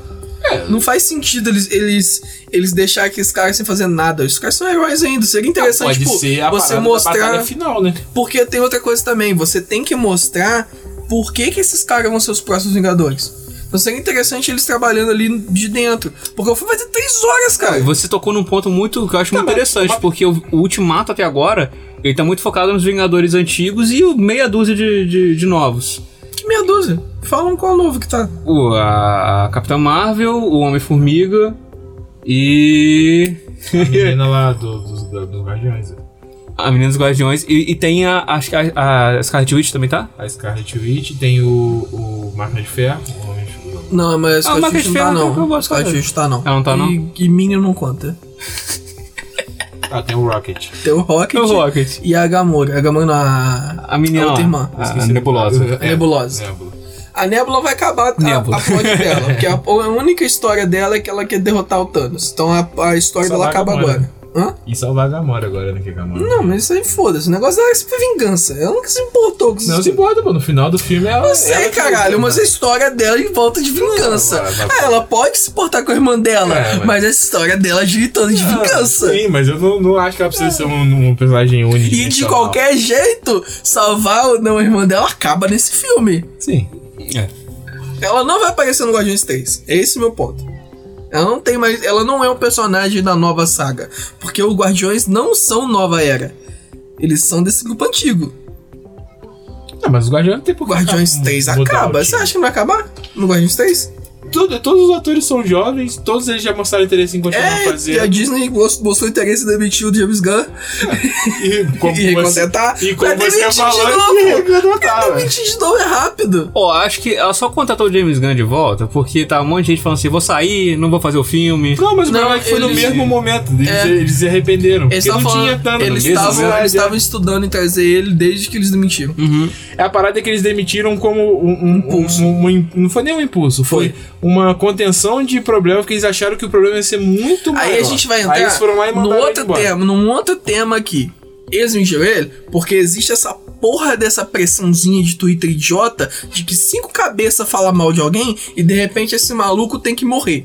Speaker 2: Não faz sentido eles, eles, eles deixarem aqueles caras sem fazer nada. Os caras são heróis ainda. Seria interessante,
Speaker 3: Pode
Speaker 2: tipo,
Speaker 3: ser a
Speaker 2: você
Speaker 3: parada da
Speaker 2: mostrar.
Speaker 3: batalha
Speaker 2: <laughs>
Speaker 3: final, né?
Speaker 2: Porque tem outra coisa também, você tem que mostrar por que, que esses caras vão ser os próximos Vingadores. Então seria interessante eles trabalhando ali de dentro. Porque eu fui fazer três horas, cara.
Speaker 1: Você tocou num ponto muito que eu acho muito
Speaker 3: mas-
Speaker 1: interessante,
Speaker 3: mas-
Speaker 1: porque o, o Ultimato até agora, ele tá muito focado nos Vingadores antigos e o meia dúzia de, de, de novos.
Speaker 2: Que meia dúzia. Fala um qual novo que tá.
Speaker 1: O, a, a Capitã Marvel, o Homem-Formiga e. <laughs>
Speaker 3: A menina lá do- dos, da- dos Guardiões. né?
Speaker 1: A Menina dos Guardiões. E, e tem a. Acho que a, a Scarlet Witch também tá?
Speaker 3: A Scarlet Witch, tem o, o Marca de Ferro, o Homem de Ferro.
Speaker 2: Não, mas
Speaker 1: Ah,
Speaker 2: Scott
Speaker 1: Marca de
Speaker 2: Witch não tá
Speaker 1: Ferro, que eu
Speaker 2: não.
Speaker 1: gosto,
Speaker 2: Scott
Speaker 1: cara.
Speaker 2: Witch tá não.
Speaker 1: Ela não tá, não?
Speaker 2: E, e Minion não conta.
Speaker 3: Ah, tem o Rocket.
Speaker 2: Tem o Rocket.
Speaker 1: O Rocket.
Speaker 2: E a Gamora. A Gamora não, a...
Speaker 1: A menina.
Speaker 2: A outra
Speaker 1: lá,
Speaker 2: irmã.
Speaker 1: A Nebulosa.
Speaker 3: É,
Speaker 2: Ah, Nebulosa.
Speaker 3: Nebula.
Speaker 2: A Nebula vai acabar a,
Speaker 1: Nebula.
Speaker 2: a ponte
Speaker 3: <laughs>
Speaker 2: dela. Porque a, a única história dela é que ela quer derrotar o Thanos. Então a, a história
Speaker 3: Só
Speaker 2: dela
Speaker 3: vai
Speaker 2: acaba
Speaker 3: Gamora.
Speaker 2: agora. Hã?
Speaker 3: E salvar a Gamora agora, né? Que a Gamora.
Speaker 2: Não, mas isso aí foda-se. O negócio dela é sempre vingança. Ela nunca se importou com isso.
Speaker 3: Não se importa, pô. No final do filme ela. é
Speaker 2: Eu sei, caralho, mas a história dela em volta de vingança.
Speaker 3: Não, vai, vai.
Speaker 2: Ah, ela pode se portar com a irmã dela,
Speaker 3: É,
Speaker 2: mas...
Speaker 3: mas- Ah,
Speaker 2: a história dela gira em torno de vingança.
Speaker 3: Sim, mas eu não, não acho que ela precisa ser um, um personagem único.
Speaker 2: É. e de qualquer jeito, salvar ou não a irmã dela acaba nesse filme.
Speaker 3: Sim. É.
Speaker 2: Ela não vai aparecer no Guardiões 3. É esse meu ponto. Ela não tem mais. Ela não é um personagem da nova saga. Porque os Guardiões não são nova era. Eles são desse grupo antigo.
Speaker 3: Não, mas os Guardiões não tem por que
Speaker 2: Guardiões
Speaker 3: mudar
Speaker 2: 3
Speaker 3: o
Speaker 2: acaba.
Speaker 3: time.
Speaker 2: Você acha que não vai acabar no Guardiões 3?
Speaker 3: Todo- todos os atores são jovens, todos eles já mostraram interesse em continuar
Speaker 2: É, e a
Speaker 3: fazendo.
Speaker 2: Disney mos- mostrou interesse em demitir o James Gunn
Speaker 3: E como
Speaker 2: e
Speaker 3: você,
Speaker 2: recontratar.
Speaker 3: e como
Speaker 2: Vai
Speaker 3: você
Speaker 2: demitir
Speaker 3: falou,
Speaker 2: de novo.
Speaker 3: que não
Speaker 2: Vai
Speaker 3: tava.
Speaker 2: Demitir de novo é rápido.
Speaker 1: Ó, acho que ela só contratou o James Gunn de volta, porque tá um monte de gente falando assim, vou sair, não vou fazer o filme.
Speaker 3: Não, mas o
Speaker 2: Não,
Speaker 3: problema é que foi no
Speaker 2: eles-
Speaker 3: mesmo momento. Eles,
Speaker 2: É.
Speaker 3: eles se arrependeram.
Speaker 2: Eles
Speaker 3: Porque não
Speaker 2: estavam
Speaker 3: tinha
Speaker 2: falando-
Speaker 3: tanto.
Speaker 2: eles
Speaker 3: mesmo,
Speaker 2: estavam-
Speaker 3: né?
Speaker 2: eles estavam estudando em trazer ele desde que eles demitiram.
Speaker 1: Uhum.
Speaker 3: É a parada que eles demitiram como um, um- um- um im- não foi nem um impulso, foi,
Speaker 2: Foi.
Speaker 3: uma contenção de problema, porque eles acharam que o problema ia ser muito maior.
Speaker 2: Aí a gente vai
Speaker 3: Aí
Speaker 2: entrar
Speaker 3: eles foram lá e
Speaker 2: no
Speaker 3: mandaram ele
Speaker 2: outro
Speaker 3: embora.
Speaker 2: tema, num outro tema aqui. Eles mentiram ele porque existe essa porra dessa pressãozinha de Twitter idiota de que cinco cabeças falam mal de alguém e de repente esse maluco tem que morrer.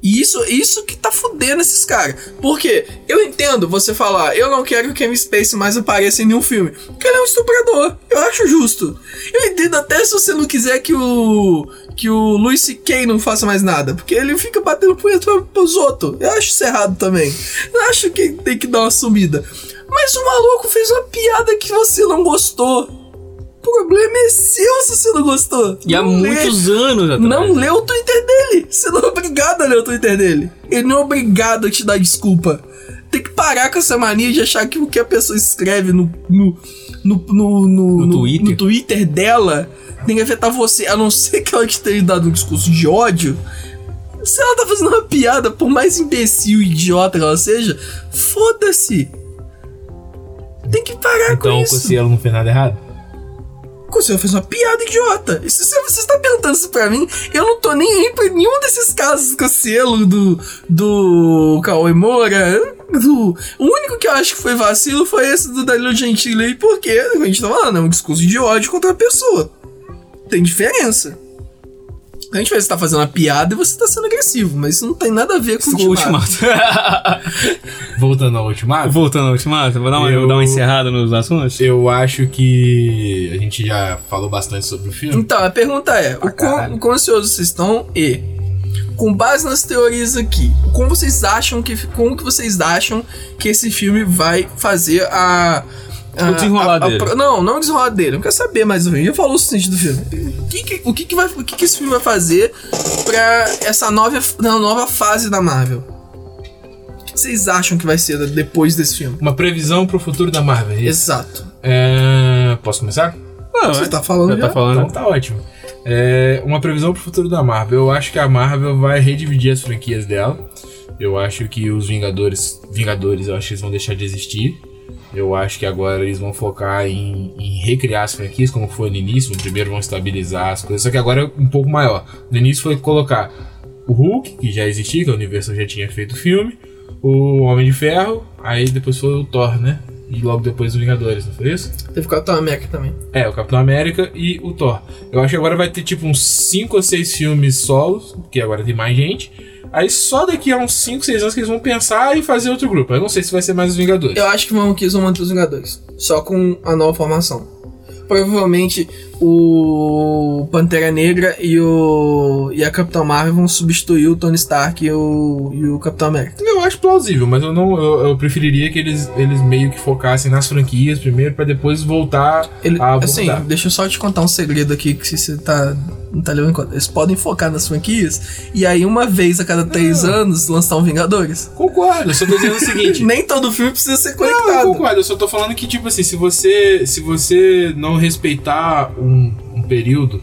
Speaker 2: E isso, isso que tá fudendo esses caras. Porque eu entendo você falar, eu não quero que o Kevin Space mais apareça em nenhum filme. Porque ele é um estuprador. Eu acho justo. Eu entendo até se você não quiser que o. que o Louis C.K. não faça mais nada. Porque ele fica batendo punheta pra- pros outros. Eu acho isso errado também. Eu acho que tem que dar uma sumida. Mas o maluco fez uma piada que você não gostou. O problema é seu se você não gostou.
Speaker 1: E há
Speaker 2: Não é
Speaker 1: muitos anos atrás.
Speaker 2: não leu o Twitter dele. Você não é obrigado a ler o Twitter dele. Ele não é obrigado a te dar desculpa. Tem que parar com essa mania de achar que o que a pessoa escreve no, no, no, no, no-
Speaker 1: No Twitter.
Speaker 2: no Twitter dela tem que afetar você, a não <laughs> ser que ela te tenha dado um discurso de ódio. Se ela tá fazendo uma piada, por mais imbecil e idiota que ela seja, foda-se. Tem que parar com
Speaker 3: Então o
Speaker 2: isso.
Speaker 3: Cossielo não fez nada errado?
Speaker 2: Você fez uma piada idiota. E se você, você está perguntando isso pra mim, eu não tô nem aí pra nenhum desses casos com o selo do, do Cauê Moura. do- o único que eu acho que foi vacilo foi esse do Danilo Gentili aí, porque a gente tá falando, é um discurso de ódio contra a pessoa. Tem diferença. A gente vai estar fazendo uma piada e você tá sendo agressivo, mas isso não tem nada a ver com
Speaker 1: O Ultimato.
Speaker 3: Voltando ao ultimato,
Speaker 1: <laughs> Voltando ao Ultimato, vou dar, uma,
Speaker 3: Eu-
Speaker 1: vou dar uma encerrada nos assuntos.
Speaker 3: eu acho que a gente já falou bastante sobre o filme.
Speaker 2: Então, a pergunta é: o quão,
Speaker 3: caralho.
Speaker 2: o quão ansiosos vocês estão e, com base nas teorias aqui, como vocês acham que. Como que vocês acham que esse filme vai fazer a. a-
Speaker 1: O desenrolar
Speaker 2: a- a-
Speaker 1: dele.
Speaker 2: pro- não, não o desenrolar dele. Eu quero saber mais ou menos. Já falou o sentido do filme. O que, que- o que, que vai, o que, que esse filme vai fazer pra essa nova, na nova fase da Marvel? O que vocês acham que vai ser depois desse filme?
Speaker 3: Uma previsão pro futuro da Marvel. é isso?
Speaker 2: Exato.
Speaker 3: É, posso começar?
Speaker 1: Ah,
Speaker 2: Você tá falando
Speaker 1: já
Speaker 2: já?
Speaker 1: tá falando.
Speaker 3: Então tá ótimo. É, uma previsão pro futuro da Marvel. Eu acho que a Marvel vai redividir as franquias dela. Eu acho que os Vingadores. Vingadores, eu acho que eles vão deixar de existir. Eu acho que agora eles vão focar em, em recriar as franquias, como foi no início. Primeiro vão estabilizar as coisas, só que agora é um pouco maior. No início foi colocar o Hulk, que já existia, que a Universal já tinha feito o filme, o Homem de Ferro, aí depois foi o Thor, né? E logo depois os Vingadores, não foi isso?
Speaker 2: Teve com a Tom América também.
Speaker 3: É, o Capitão América e o Thor. Eu acho que agora vai ter tipo uns 5 ou 6 filmes solos, porque agora tem mais gente. Aí só daqui a uns 5, 6 anos que eles vão pensar em fazer outro grupo. Eu não sei se vai ser mais os Vingadores.
Speaker 2: Eu acho que vão que eles vão manter os Vingadores. Só com a nova formação. Provavelmente o Pantera Negra e o. e a Capitão Marvel vão substituir o Tony Stark e o, e o Capitão América.
Speaker 3: Eu acho plausível, mas eu não. Eu, eu preferiria que eles, eles meio que focassem nas franquias primeiro, pra depois voltar
Speaker 2: Ele,
Speaker 3: a
Speaker 2: assim,
Speaker 3: abordar.
Speaker 2: deixa eu só te contar um segredo aqui que você tá. Não tá levando em conta. Eles podem focar nas franquias e aí, uma vez a cada três anos, lançar um Vingadores.
Speaker 3: Concordo, eu só tô dizendo o
Speaker 2: <laughs>
Speaker 3: seguinte.
Speaker 2: Nem todo filme precisa ser
Speaker 3: Não, eu
Speaker 2: conectado.
Speaker 3: concordo, eu só tô falando que, tipo assim, se você, se você não respeitar um, um período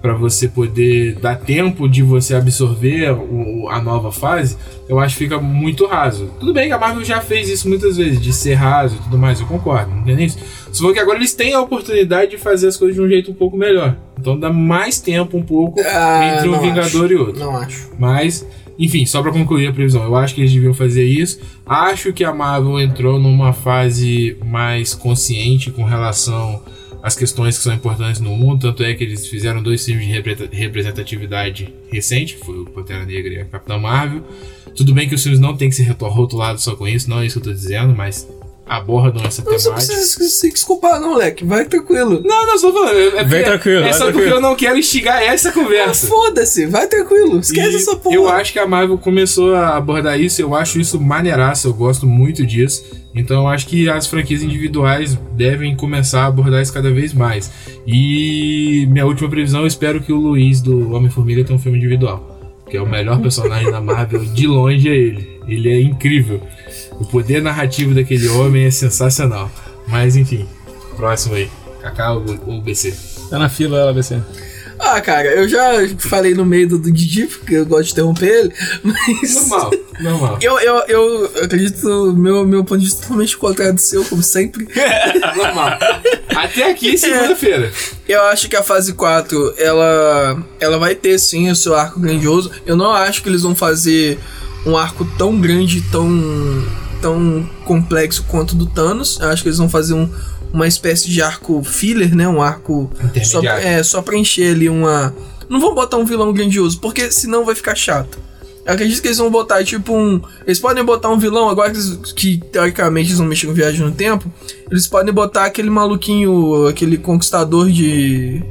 Speaker 3: pra você poder dar tempo de você absorver o- o- a nova fase, eu acho que fica muito raso. Tudo bem que a Marvel já fez isso muitas vezes, de ser raso e tudo mais, eu concordo, não tem nem isso. Só que agora eles têm a oportunidade de fazer as coisas de um jeito um pouco melhor. Então dá mais tempo um pouco
Speaker 2: Ah,
Speaker 3: entre um
Speaker 2: não
Speaker 3: Vingador
Speaker 2: acho.
Speaker 3: e outro.
Speaker 2: Não acho.
Speaker 3: Mas, enfim, só pra concluir a previsão, eu acho que eles deviam fazer isso. Acho que a Marvel entrou numa fase mais consciente com relação às questões que são importantes no mundo. Tanto é que eles fizeram dois filmes de repre- representatividade recente, foi o Pantera Negra e a Capitã Marvel. Tudo bem que os filmes não têm que ser reto- rotulados só com isso, não é isso que eu tô dizendo, mas abordam essa
Speaker 2: Não, você não
Speaker 3: temática.
Speaker 2: precisa se- se desculpar, não, moleque. Vai tranquilo.
Speaker 3: Não, não, só falando. É, é porque-
Speaker 1: tranquilo,
Speaker 3: É
Speaker 1: vai
Speaker 3: só porque
Speaker 1: tranquilo.
Speaker 3: eu não quero instigar essa
Speaker 2: Ah,
Speaker 3: conversa.
Speaker 2: foda-se, vai tranquilo, esquece
Speaker 3: E
Speaker 2: essa porra.
Speaker 3: Eu acho que a Marvel começou a abordar isso, eu acho isso maneiraço, eu gosto muito disso. Então eu acho que as franquias individuais devem começar a abordar isso cada vez mais. E minha última previsão, eu espero que o Luiz do Homem-Formiga tenha um filme individual. Que é o melhor personagem da Marvel, de longe é ele. Ele é incrível. O poder narrativo daquele homem é sensacional. Mas enfim, próximo aí. Kaká ou BC?
Speaker 1: Tá na fila ela, BC.
Speaker 2: Ah, cara, eu já falei no meio do, do Didi, porque eu gosto de interromper ele, mas.
Speaker 3: Normal, normal.
Speaker 2: Eu, eu, eu acredito, meu, meu ponto de vista é totalmente contrário do seu, como
Speaker 3: <laughs>
Speaker 2: sempre.
Speaker 3: É. Normal. Até aqui, segunda-feira.
Speaker 2: Eu acho que a fase 4, ela, ela vai ter sim o seu arco grandioso. Eu não acho que eles vão fazer um arco tão grande, tão, tão complexo quanto o do Thanos. Eu acho que eles vão fazer um- uma espécie de arco filler, né? Um arco só,
Speaker 3: Intermediário.
Speaker 2: é, só pra encher ali uma. Não vão botar um vilão grandioso, porque senão vai ficar chato. Eu acredito que eles vão botar tipo um. Eles podem botar um vilão, agora que, eles- que, teoricamente eles vão mexer com viagem no tempo. Eles podem botar aquele maluquinho, aquele conquistador de.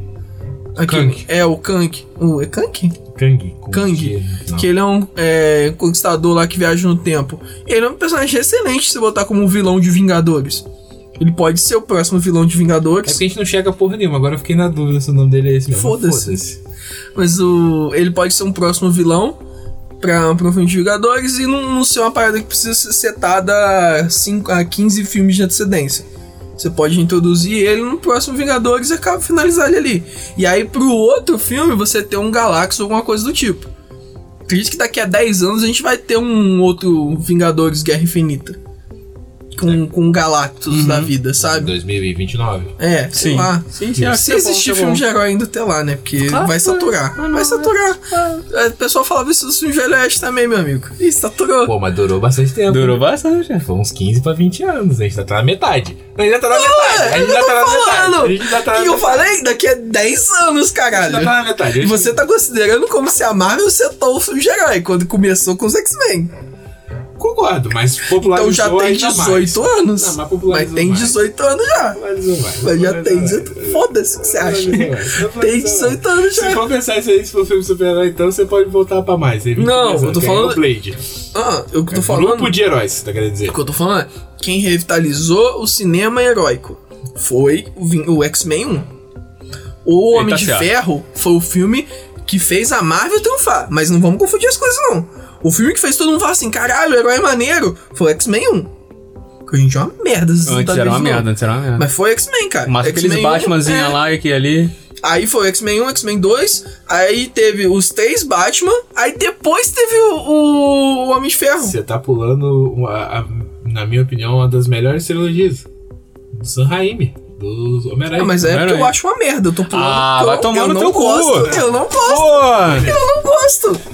Speaker 2: Aquele,
Speaker 3: Kank.
Speaker 2: É, o Kank. O, é Kank?
Speaker 3: Kang. com
Speaker 2: Kang.
Speaker 3: G, né? Não.
Speaker 2: Que ele é um é, conquistador lá que viaja no tempo. Ele é um personagem excelente se botar como um vilão de Vingadores. Ele pode ser o próximo vilão de
Speaker 3: É
Speaker 2: Vingadores.
Speaker 3: porque a gente não chega a porra nenhuma. Agora eu fiquei na dúvida se o nome dele é esse mesmo.
Speaker 2: Foda-se. Mas o. Ele pode ser um próximo vilão pra, pra um filme de Vingadores e não, não ser uma parada que precisa ser setada a, cinco, a 15 filmes de antecedência. Você pode introduzir ele no próximo Vingadores e acaba finalizar ele ali. E aí pro outro filme você ter um Galactus ou alguma coisa do tipo. Acredito que daqui a 10 anos a gente vai ter um outro Vingadores Guerra Infinita. com, com Galactus da vida, sabe?
Speaker 3: 2029.
Speaker 2: É, sei
Speaker 1: Sim.
Speaker 2: lá.
Speaker 1: Sim, sim, acho
Speaker 2: Se
Speaker 1: que tá bom,
Speaker 2: existir
Speaker 1: tá
Speaker 2: filme
Speaker 1: bom.
Speaker 2: de herói ainda até lá, né? Porque
Speaker 1: Claro, Ah,
Speaker 2: vai saturar.
Speaker 1: claro.
Speaker 2: vai saturar.
Speaker 1: Ah.
Speaker 2: É, O pessoal falava isso dos filmes de Oeste também, meu amigo. Ih, saturou.
Speaker 3: Pô, mas durou bastante
Speaker 2: é
Speaker 3: tempo.
Speaker 1: Durou bastante, né?
Speaker 3: Foi uns 15 pra 20 anos, a gente ainda tá na metade. A gente ainda tá na metade. A
Speaker 2: É, eu
Speaker 3: gente
Speaker 2: não
Speaker 3: ainda
Speaker 2: tô
Speaker 3: tá na
Speaker 2: falando.
Speaker 3: metade. A gente ainda tá na
Speaker 2: e eu
Speaker 3: metade.
Speaker 2: falei, daqui a 10 anos,
Speaker 3: A gente
Speaker 2: caralho.
Speaker 3: ainda tá na metade.
Speaker 2: E você tá considerando como se a Marvel setou o filme de herói quando começou com os X-Men.
Speaker 3: Concordo, mas
Speaker 2: Então
Speaker 3: popularizou
Speaker 2: já tem
Speaker 3: ainda mais.
Speaker 2: 18 anos.
Speaker 3: Não, mas popularizou
Speaker 2: tem
Speaker 3: mais.
Speaker 2: 18 anos já.
Speaker 3: Popularizou mais.
Speaker 2: Mas já tem
Speaker 3: popularizou
Speaker 2: 18. Foda-se o que você acha.
Speaker 3: mais.
Speaker 2: Tem 18 anos
Speaker 3: Se
Speaker 2: já.
Speaker 3: for pensar isso aí, se for filme super-herói, então você pode voltar pra mais. Tem 23
Speaker 2: Não,
Speaker 3: anos,
Speaker 2: eu tô
Speaker 3: que
Speaker 2: falando-
Speaker 3: É Blade.
Speaker 2: Ah, eu que tô
Speaker 3: é Grupo
Speaker 2: falando.
Speaker 3: de heróis, você tá querendo dizer.
Speaker 2: O que eu tô falando é quem revitalizou o cinema heróico foi o, Vin- o X-Men 1. O
Speaker 1: Ele
Speaker 2: Homem
Speaker 1: tá
Speaker 2: de
Speaker 1: certo.
Speaker 2: Ferro foi o filme que fez a Marvel triunfar. Mas não vamos confundir as coisas, não. O filme que fez todo mundo falar assim: caralho, o herói é maneiro foi o X-Men 1. Que a gente é uma merda. vocês não tá
Speaker 1: Antes era uma
Speaker 2: vendo, não.
Speaker 1: merda, antes era uma merda.
Speaker 2: Mas foi X-Men, cara.
Speaker 1: Mas aqueles
Speaker 2: X-Men 1,
Speaker 1: Batmanzinha
Speaker 2: é.
Speaker 1: lá e aqui e ali.
Speaker 2: Aí foi o X-Men 1, X-Men 2. Aí teve os três Batman. Aí depois teve o, o Homem de Ferro.
Speaker 3: Você tá pulando, uma- a- na minha opinião, uma das melhores trilogias. Do San Raimi, do Homem-Aranha.
Speaker 2: Ah, mas é
Speaker 1: Pera
Speaker 2: porque eu
Speaker 1: aí.
Speaker 2: acho uma merda. Eu tô pulando.
Speaker 1: Ah,
Speaker 2: porque
Speaker 1: vai
Speaker 2: eu,
Speaker 1: tomar
Speaker 2: eu
Speaker 1: no
Speaker 2: não
Speaker 1: teu cu.
Speaker 2: gosto. Eu não gosto.
Speaker 1: Pô!
Speaker 2: Eu não gosto.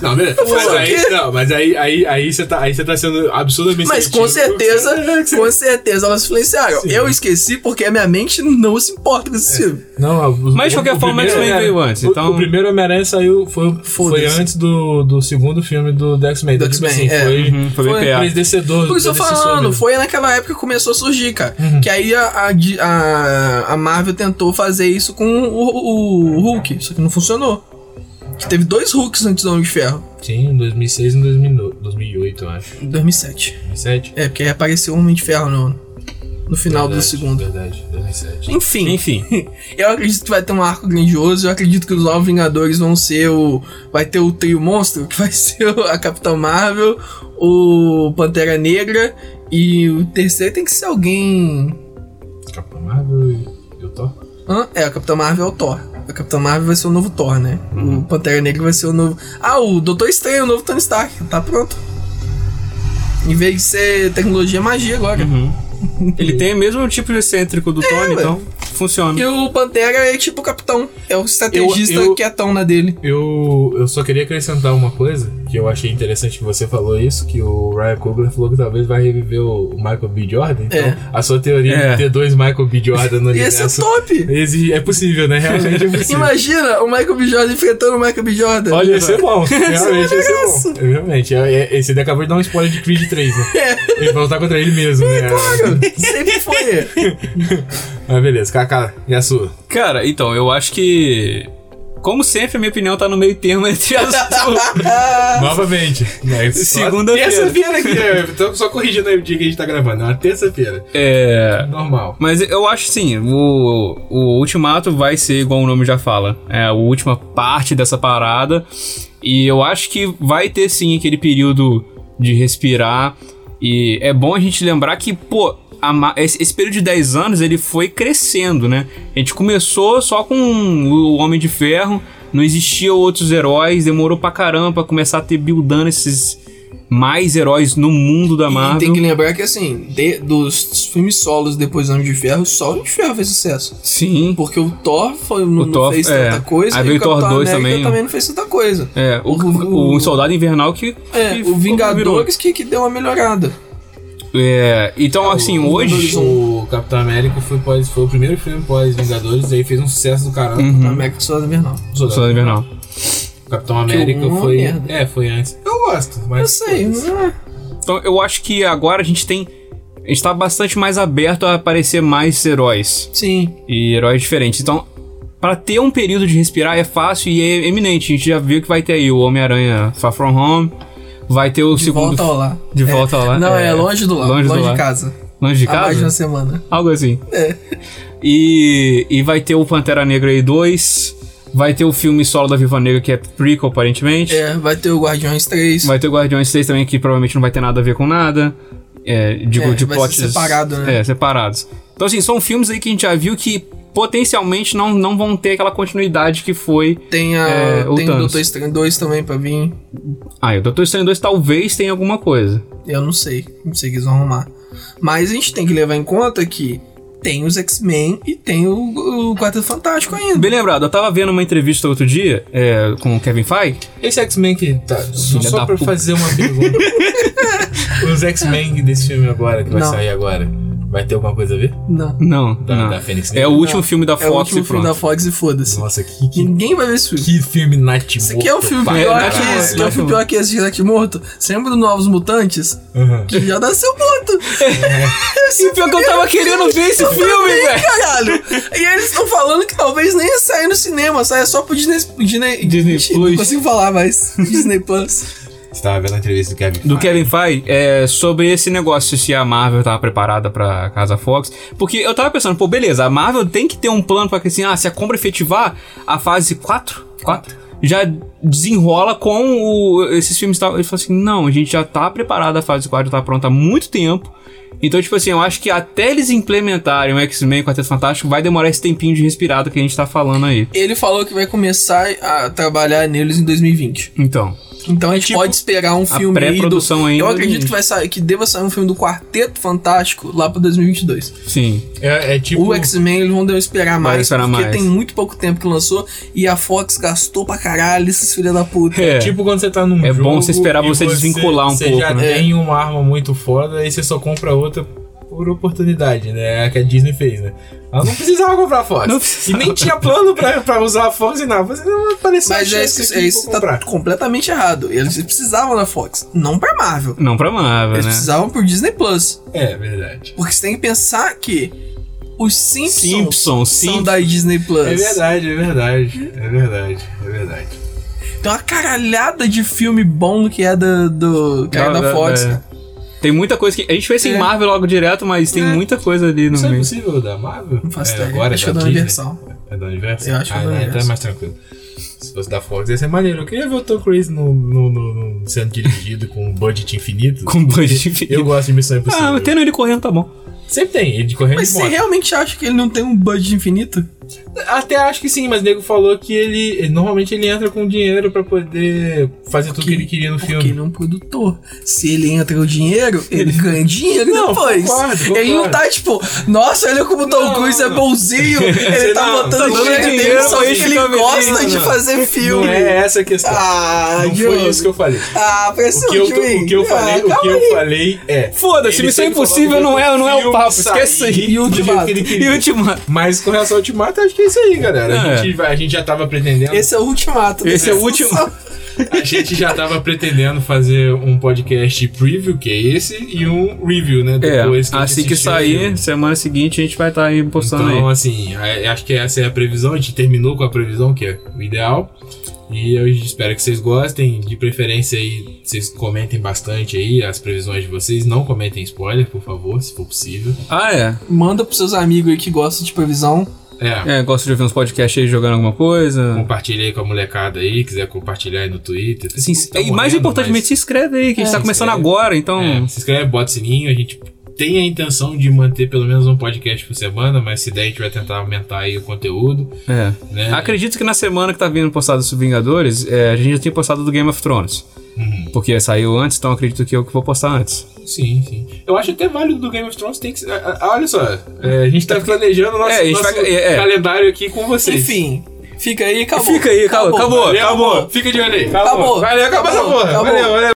Speaker 3: Não, beleza.
Speaker 2: fazer
Speaker 3: Mas
Speaker 2: o
Speaker 3: aí,
Speaker 2: quê?
Speaker 3: não, mas aí, aí, aí você tá, aí você tá sendo absurdamente
Speaker 2: Mas com
Speaker 3: seletivo.
Speaker 1: é
Speaker 2: certeza, com certeza elas influenciaram.
Speaker 3: Sim.
Speaker 2: Eu esqueci porque a minha mente não se importa com
Speaker 1: É.
Speaker 2: esse filme.
Speaker 3: Não, o-
Speaker 1: Mas de qualquer
Speaker 3: o
Speaker 1: forma,
Speaker 3: primeiro-
Speaker 1: X-Men veio antes,
Speaker 3: o-
Speaker 1: então-
Speaker 3: O primeiro Homem-Aranha saiu, foi, foi
Speaker 2: Foda-se.
Speaker 3: antes do, do segundo filme do do X-Men.
Speaker 2: Do
Speaker 3: Então, tipo
Speaker 2: X-Men,
Speaker 3: assim,
Speaker 2: é.
Speaker 3: foi,
Speaker 1: Uhum, foi bem
Speaker 3: foi
Speaker 1: perto.
Speaker 3: predecessor.
Speaker 2: Por isso eu tô
Speaker 3: predecessor
Speaker 2: falando,
Speaker 3: mesmo.
Speaker 2: foi naquela época que começou a surgir, cara.
Speaker 1: Uhum.
Speaker 2: Que aí a, a, de- a- a Marvel tentou fazer isso com o, o- o Hulk, só que não funcionou. Que teve dois Hulks antes do Homem de Ferro,
Speaker 3: Sim, em 2006 e em 2009 2008, eu acho.
Speaker 2: em 2007.
Speaker 3: 2007?
Speaker 2: É, porque aí apareceu o Homem de Ferro no, no final do
Speaker 3: Verdade,
Speaker 2: segundo.
Speaker 3: Verdade, 2007.
Speaker 2: Enfim,
Speaker 1: Enfim.
Speaker 2: eu acredito que vai ter um arco grandioso, eu acredito que os Novos Vingadores vão ser o... Vai ter o trio monstro, <laughs> que vai ser o- a Capitã Marvel, o Pantera Negra e o terceiro tem que ser alguém...
Speaker 3: Capitão Marvel e o Thor.
Speaker 2: Hã? É, o Capitão Marvel é o Thor. O Capitão Marvel vai ser o novo Thor, né?
Speaker 3: Uhum.
Speaker 2: O Pantera Negra vai ser o novo. Ah, o Doutor Estranho, é o novo Tony Stark. Tá pronto. Em vez de ser tecnologia, é magia agora.
Speaker 3: Uhum.
Speaker 1: Uhum. Ele tem o mesmo tipo de excêntrico do Tony,
Speaker 2: É, ué.
Speaker 1: então funciona.
Speaker 2: E o Pantera é tipo o capitão. É o estrategista
Speaker 3: Eu- eu-
Speaker 2: quietão na dele.
Speaker 3: Eu, eu só queria acrescentar uma coisa que eu achei interessante que você falou isso, que o Ryan Coogler falou que talvez vai reviver o o Michael B. Jordan. Então,
Speaker 2: É.
Speaker 3: a sua teoria
Speaker 1: É.
Speaker 3: de ter dois Michael B. Jordan
Speaker 2: <laughs>
Speaker 3: no
Speaker 2: E esse é
Speaker 3: universo...
Speaker 2: top!
Speaker 3: Exi- É possível,
Speaker 2: <laughs>
Speaker 3: né? Realmente é possível.
Speaker 2: Imagina o Michael B. Jordan enfrentando o Michael B. Jordan. Uhum.
Speaker 3: Olha, ia ser
Speaker 2: é
Speaker 3: bom.
Speaker 2: um
Speaker 3: Realmente ia
Speaker 2: Isso
Speaker 3: ser bom. Realmente. é- é- Esse daí acabou de dar um spoiler de Creed 3, né?
Speaker 2: É,
Speaker 3: Ele vai lutar contra ele mesmo, né?
Speaker 2: claro! <laughs> Sempre foi.
Speaker 3: Mas beleza, Kaká, e a sua?
Speaker 1: Cara, então, eu acho que. Como sempre, a minha opinião tá no meio termo entre
Speaker 2: <laughs>
Speaker 1: as duas.
Speaker 2: Ah,
Speaker 3: Novamente. Ah. Mas só-
Speaker 1: Segunda-feira.
Speaker 3: Terça-feira aqui, né? Tô só corrigindo aí o dia que a gente tá gravando. É uma terça-feira.
Speaker 1: É.
Speaker 3: Normal.
Speaker 1: Mas eu acho sim, o, o Ultimato vai ser igual o nome já fala. É a última parte dessa parada. E eu acho que vai ter sim aquele período de respirar. E é bom a gente lembrar que, pô, a Ma- esse, esse período de 10 anos ele foi crescendo, né? A gente começou só com o Homem de Ferro, não existia outros heróis, demorou pra caramba pra começar a ter buildando esses mais heróis no mundo da
Speaker 2: E
Speaker 1: Marvel.
Speaker 2: tem que lembrar que, assim, de- dos filmes solos depois do Homem de Ferro, só o Homem de Ferro fez sucesso.
Speaker 1: Sim.
Speaker 2: Porque o Thor foi, não
Speaker 1: Thor,
Speaker 2: fez
Speaker 1: é.
Speaker 2: tanta coisa.
Speaker 1: Aí
Speaker 2: e
Speaker 1: veio Thor
Speaker 2: Capitão
Speaker 1: 2
Speaker 2: América
Speaker 1: também.
Speaker 2: não fez tanta coisa.
Speaker 1: É, o, o,
Speaker 2: O-
Speaker 1: o Soldado Invernal que.
Speaker 2: É,
Speaker 1: que
Speaker 2: o
Speaker 1: virou.
Speaker 2: Vingadores que, que deu uma melhorada.
Speaker 1: É, então, assim,
Speaker 3: O-
Speaker 1: hoje.
Speaker 3: O Capitão América foi, pós, foi o primeiro filme pós-Vingadores, aí fez um sucesso do caramba.
Speaker 1: Uhum.
Speaker 2: Capitão América Soldado Invernal.
Speaker 1: O Soldado Invernal.
Speaker 3: né? Capitão América
Speaker 2: Que um
Speaker 3: foi.
Speaker 2: merda.
Speaker 3: É, foi antes. Eu gosto, mas.
Speaker 2: Eu sei, não é.
Speaker 1: Então, eu acho que agora a gente tem. A gente tá bastante mais aberto a aparecer mais heróis.
Speaker 2: Sim.
Speaker 1: e heróis diferentes. Então, pra ter um período de respirar é fácil e é eminente. A gente já viu que vai ter aí o Homem-Aranha Far From Home, vai ter o segundo.
Speaker 2: Volta ao lá.
Speaker 1: De volta ao lar,
Speaker 2: Não, é,
Speaker 1: é.
Speaker 2: longe do lar.
Speaker 1: Longe
Speaker 2: Longe,
Speaker 1: do lar.
Speaker 2: de casa.
Speaker 1: Longe de
Speaker 2: Há mais de
Speaker 1: casa?
Speaker 2: uma semana.
Speaker 1: Algo assim.
Speaker 2: É.
Speaker 1: E, e vai ter o Pantera Negra aí 2. Vai ter o filme solo da Viva Negra, que é prequel, aparentemente.
Speaker 2: É, vai ter o Guardiões 3.
Speaker 1: Vai ter o Guardiões 6 também, que provavelmente não vai ter nada a ver com nada. É, digo,
Speaker 2: É,
Speaker 1: de
Speaker 2: vai ser
Speaker 1: plots...
Speaker 2: separado, né?
Speaker 1: É, separados. Então, assim, são filmes aí que a gente já viu que potencialmente não, não vão ter aquela continuidade que foi
Speaker 2: Tem, a,
Speaker 1: É, o
Speaker 2: tem o
Speaker 1: Thanos.
Speaker 2: Doutor Estranho 2 também pra vir.
Speaker 1: Ah, e o Doutor Estranho 2 talvez tenha alguma coisa.
Speaker 2: Eu não sei. Não sei o que eles vão arrumar. Mas a gente tem que levar em conta que tem os X-Men e tem o, o Quarteto Fantástico ainda.
Speaker 1: Bem lembrado, eu tava vendo uma entrevista outro dia é, com o Kevin Feige.
Speaker 3: Esse X-Men que tá. Só,
Speaker 1: Filha
Speaker 3: só
Speaker 1: da
Speaker 3: pra
Speaker 1: puta.
Speaker 3: fazer uma
Speaker 1: <laughs>
Speaker 3: pergunta. Os X-Men desse filme agora, que vai
Speaker 2: Não.
Speaker 3: sair agora, vai ter alguma coisa a ver?
Speaker 2: Não.
Speaker 1: Não,
Speaker 3: Da,
Speaker 1: não.
Speaker 3: da Fênix
Speaker 1: É
Speaker 3: Negra?
Speaker 1: o último filme da
Speaker 2: É o
Speaker 1: Fox
Speaker 2: último
Speaker 1: e
Speaker 2: filme
Speaker 1: pronto.
Speaker 2: da Fox e foda-se.
Speaker 3: Nossa, que, que,
Speaker 2: Ninguém vai ver esse filme.
Speaker 3: que filme natimorto.
Speaker 2: Isso aqui é o filme
Speaker 1: pai,
Speaker 2: pior
Speaker 1: né,
Speaker 2: que
Speaker 1: cara?
Speaker 2: esse. Que é o filme pior que esse de Jack Morto. Você lembra do Novos Mutantes?
Speaker 3: Aham.
Speaker 2: Que é já nasceu morto.
Speaker 1: É.
Speaker 2: <laughs> é
Speaker 1: E pior que eu tava querendo ver esse filme, velho.
Speaker 2: Caralho. E eles estão falando que talvez nem saia no cinema, saia só pro Disney... Disney,
Speaker 1: Disney Plus.
Speaker 2: Não consigo falar mais. Disney Plus.
Speaker 3: Você tava vendo a entrevista do Kevin
Speaker 1: Do
Speaker 3: Feige.
Speaker 1: Kevin Feige, é, sobre esse negócio se a Marvel tava preparada pra Casa Fox. Porque eu tava pensando, pô, beleza, a Marvel tem que ter um plano pra que assim, ah, se a compra efetivar a fase 4, 4 já desenrola com o- esses filmes e tal. Ele falou assim, não, a gente já tá preparada, a fase 4 já tá pronta há muito tempo. Então, tipo assim, eu acho que até eles implementarem o X-Men e o Quarteto Fantástico vai demorar esse tempinho de respirada que a gente tá falando aí.
Speaker 2: Ele falou que vai começar a trabalhar neles em 2020.
Speaker 1: Então,
Speaker 2: Então a gente
Speaker 1: Tipo,
Speaker 2: pode esperar um
Speaker 1: a
Speaker 2: filme aí do...
Speaker 1: pré-produção ainda. né?
Speaker 2: Eu acredito que, vai sair, que deva sair um filme do Quarteto Fantástico lá pra 2022.
Speaker 1: Sim.
Speaker 3: É, é tipo.
Speaker 2: O X-Men eles vão esperar mais,
Speaker 1: esperar
Speaker 2: porque
Speaker 1: mais.
Speaker 2: tem muito pouco tempo que lançou e a Fox gastou pra caralho esses filhos da
Speaker 1: <laughs>
Speaker 2: puta.
Speaker 1: É.
Speaker 3: Tipo quando você tá num
Speaker 1: É
Speaker 3: jogo.
Speaker 1: bom você esperar
Speaker 3: e
Speaker 1: você desvincular um
Speaker 3: você
Speaker 1: pouco,
Speaker 3: já
Speaker 1: né?
Speaker 3: tem uma arma muito foda e você só compra outra por oportunidade, né? É a que a Disney fez, né? Ela não precisava comprar a Fox.
Speaker 1: Não precisava.
Speaker 3: E nem tinha plano pra, pra usar a Fox e nada. Você não apareceu
Speaker 2: Mas é isso, é isso que tá completamente errado. Eles precisavam da Fox, não pra Marvel.
Speaker 1: não pra Marvel,
Speaker 2: Eles
Speaker 1: É, né?
Speaker 2: precisavam pro Disney Plus.
Speaker 3: É, verdade.
Speaker 2: Porque você tem que pensar que os Simpsons,
Speaker 1: Simpsons,
Speaker 2: são
Speaker 1: Simpsons.
Speaker 2: da Disney Plus.
Speaker 3: É verdade, é verdade. É verdade, é verdade.
Speaker 2: Tem uma caralhada de filme bom que é da, do, que é
Speaker 1: Da-
Speaker 2: da,
Speaker 1: da-
Speaker 2: Fox.
Speaker 1: da-
Speaker 2: né?
Speaker 1: Tem muita coisa que. A gente fez em
Speaker 2: É.
Speaker 1: Marvel logo direto, mas tem
Speaker 2: É.
Speaker 1: muita coisa ali no
Speaker 3: Isso é
Speaker 1: meio.
Speaker 3: possível da Marvel?
Speaker 2: Não faço
Speaker 3: é,
Speaker 2: ideia.
Speaker 3: Agora
Speaker 2: Acho
Speaker 3: da
Speaker 2: que é da
Speaker 3: Disney?
Speaker 2: Universal.
Speaker 3: É da Universal?
Speaker 2: Eu acho que é
Speaker 3: ah,
Speaker 2: da
Speaker 3: não, então é
Speaker 2: Universal.
Speaker 3: mais tranquilo. Se fosse da Fox ia ser maneiro. Eu queria ver o Tom Cruise no, no- no- no- sendo dirigido com um budget infinito.
Speaker 1: Com budget infinito.
Speaker 3: Eu gosto de Missão
Speaker 1: Ah,
Speaker 3: Impossível.
Speaker 1: mas tendo ele correndo tá bom.
Speaker 3: Sempre tem, ele de correndo
Speaker 2: Mas
Speaker 3: de
Speaker 2: você
Speaker 3: moto.
Speaker 2: realmente acha que ele não tem um budget infinito?
Speaker 3: Até acho que sim, mas o nego falou que ele. ele- Normalmente ele entra com dinheiro pra poder fazer tudo que ele queria no
Speaker 2: Porque
Speaker 3: filme.
Speaker 2: ele é um produtor. Se ele entra o dinheiro, ele ganha dinheiro
Speaker 3: Não,
Speaker 2: depois.
Speaker 3: concordo, concordo.
Speaker 2: Ele não tá tipo, nossa, olha como o Tom
Speaker 3: Não,
Speaker 2: Cruise é
Speaker 3: não. <laughs>
Speaker 2: bonzinho. Ele tá
Speaker 3: Não, tá
Speaker 2: botando
Speaker 3: dando
Speaker 2: dinheiro dele
Speaker 1: dinheiro
Speaker 2: só
Speaker 1: pra
Speaker 2: porque
Speaker 1: isso,
Speaker 2: ele
Speaker 1: tá vendo
Speaker 2: gosta
Speaker 1: isso,
Speaker 2: de
Speaker 1: não.
Speaker 2: fazer filme.
Speaker 3: Não é essa a questão.
Speaker 2: Ah,
Speaker 3: não
Speaker 2: Diogo.
Speaker 3: foi isso que eu falei.
Speaker 2: Ah, pressão
Speaker 3: O que eu,
Speaker 2: de mim.
Speaker 3: o que eu
Speaker 2: Ah,
Speaker 3: falei, o
Speaker 2: calma
Speaker 3: que
Speaker 2: aí.
Speaker 3: eu falei é.
Speaker 1: Foda-se,
Speaker 3: ele
Speaker 1: Missão
Speaker 3: sempre falou
Speaker 1: Impossível
Speaker 3: que
Speaker 1: não é, não é o
Speaker 3: filme
Speaker 1: papo,
Speaker 3: sair
Speaker 1: esquece aí.
Speaker 3: do jeito
Speaker 2: Ultimato.
Speaker 3: que ele
Speaker 1: E
Speaker 3: queria.
Speaker 1: o Ultimato.
Speaker 3: Mas com relação ao Ultimato, acho que é isso aí, galera. A,
Speaker 1: É.
Speaker 3: gente, vai- a gente já tava pretendendo.
Speaker 2: Esse é o ultimato.
Speaker 1: Esse é o último.
Speaker 3: A gente já tava pretendendo fazer um podcast preview, que é esse, e um review, né?
Speaker 1: É,
Speaker 3: Depois a gente
Speaker 1: assim que
Speaker 3: assistir o
Speaker 1: sair,
Speaker 3: filme.
Speaker 1: semana seguinte a gente vai estar aí postando
Speaker 3: Então,
Speaker 1: aí.
Speaker 3: assim, a- acho que essa é a previsão. A gente terminou com a previsão, que é o ideal. E eu espero que vocês gostem. De preferência aí, vocês comentem bastante aí as previsões de vocês. Não comentem spoiler, por favor, se for possível.
Speaker 1: Ah, é.
Speaker 2: <laughs> Manda pros seus amigos aí que gostam de previsão.
Speaker 3: É,
Speaker 1: É, gosto de ouvir uns podcasts aí jogando alguma coisa.
Speaker 3: compartilha aí com a molecada aí, quiser compartilhar aí no Twitter.
Speaker 1: Assim,
Speaker 3: Tá
Speaker 1: e mais
Speaker 3: morrendo,
Speaker 1: importantemente,
Speaker 3: mas-
Speaker 1: se inscreve aí, que a gente tá
Speaker 2: É,
Speaker 3: se
Speaker 1: começando
Speaker 3: inscreve.
Speaker 1: agora, então.
Speaker 3: É, se inscreve, bota o sininho. A gente tem a intenção de manter pelo menos um podcast por semana, mas se der, a gente vai tentar aumentar aí o conteúdo,
Speaker 1: é.
Speaker 3: né?
Speaker 1: Acredito que na semana que tá vindo postado dos Vingadores, é, a gente já tinha postado do Game of Thrones.
Speaker 3: Uhum.
Speaker 1: Porque saiu antes, então acredito que eu que vou postar antes.
Speaker 3: Sim, sim. Eu acho até válido do Game of Thrones tem que ser. a- a- Olha só, é, a gente tá planejando o nosso,
Speaker 1: É, a gente
Speaker 3: nosso
Speaker 1: vai- é, é.
Speaker 3: calendário aqui com vocês.
Speaker 2: Enfim, fica aí, acabou.
Speaker 1: Fica aí, acabou, acabou.
Speaker 3: Valeu, acabou. Fica de olho aí.
Speaker 2: Acabou.
Speaker 3: Valeu, acabou essa
Speaker 2: Acabou.
Speaker 3: porra.
Speaker 2: Acabou.
Speaker 3: Valeu, valeu.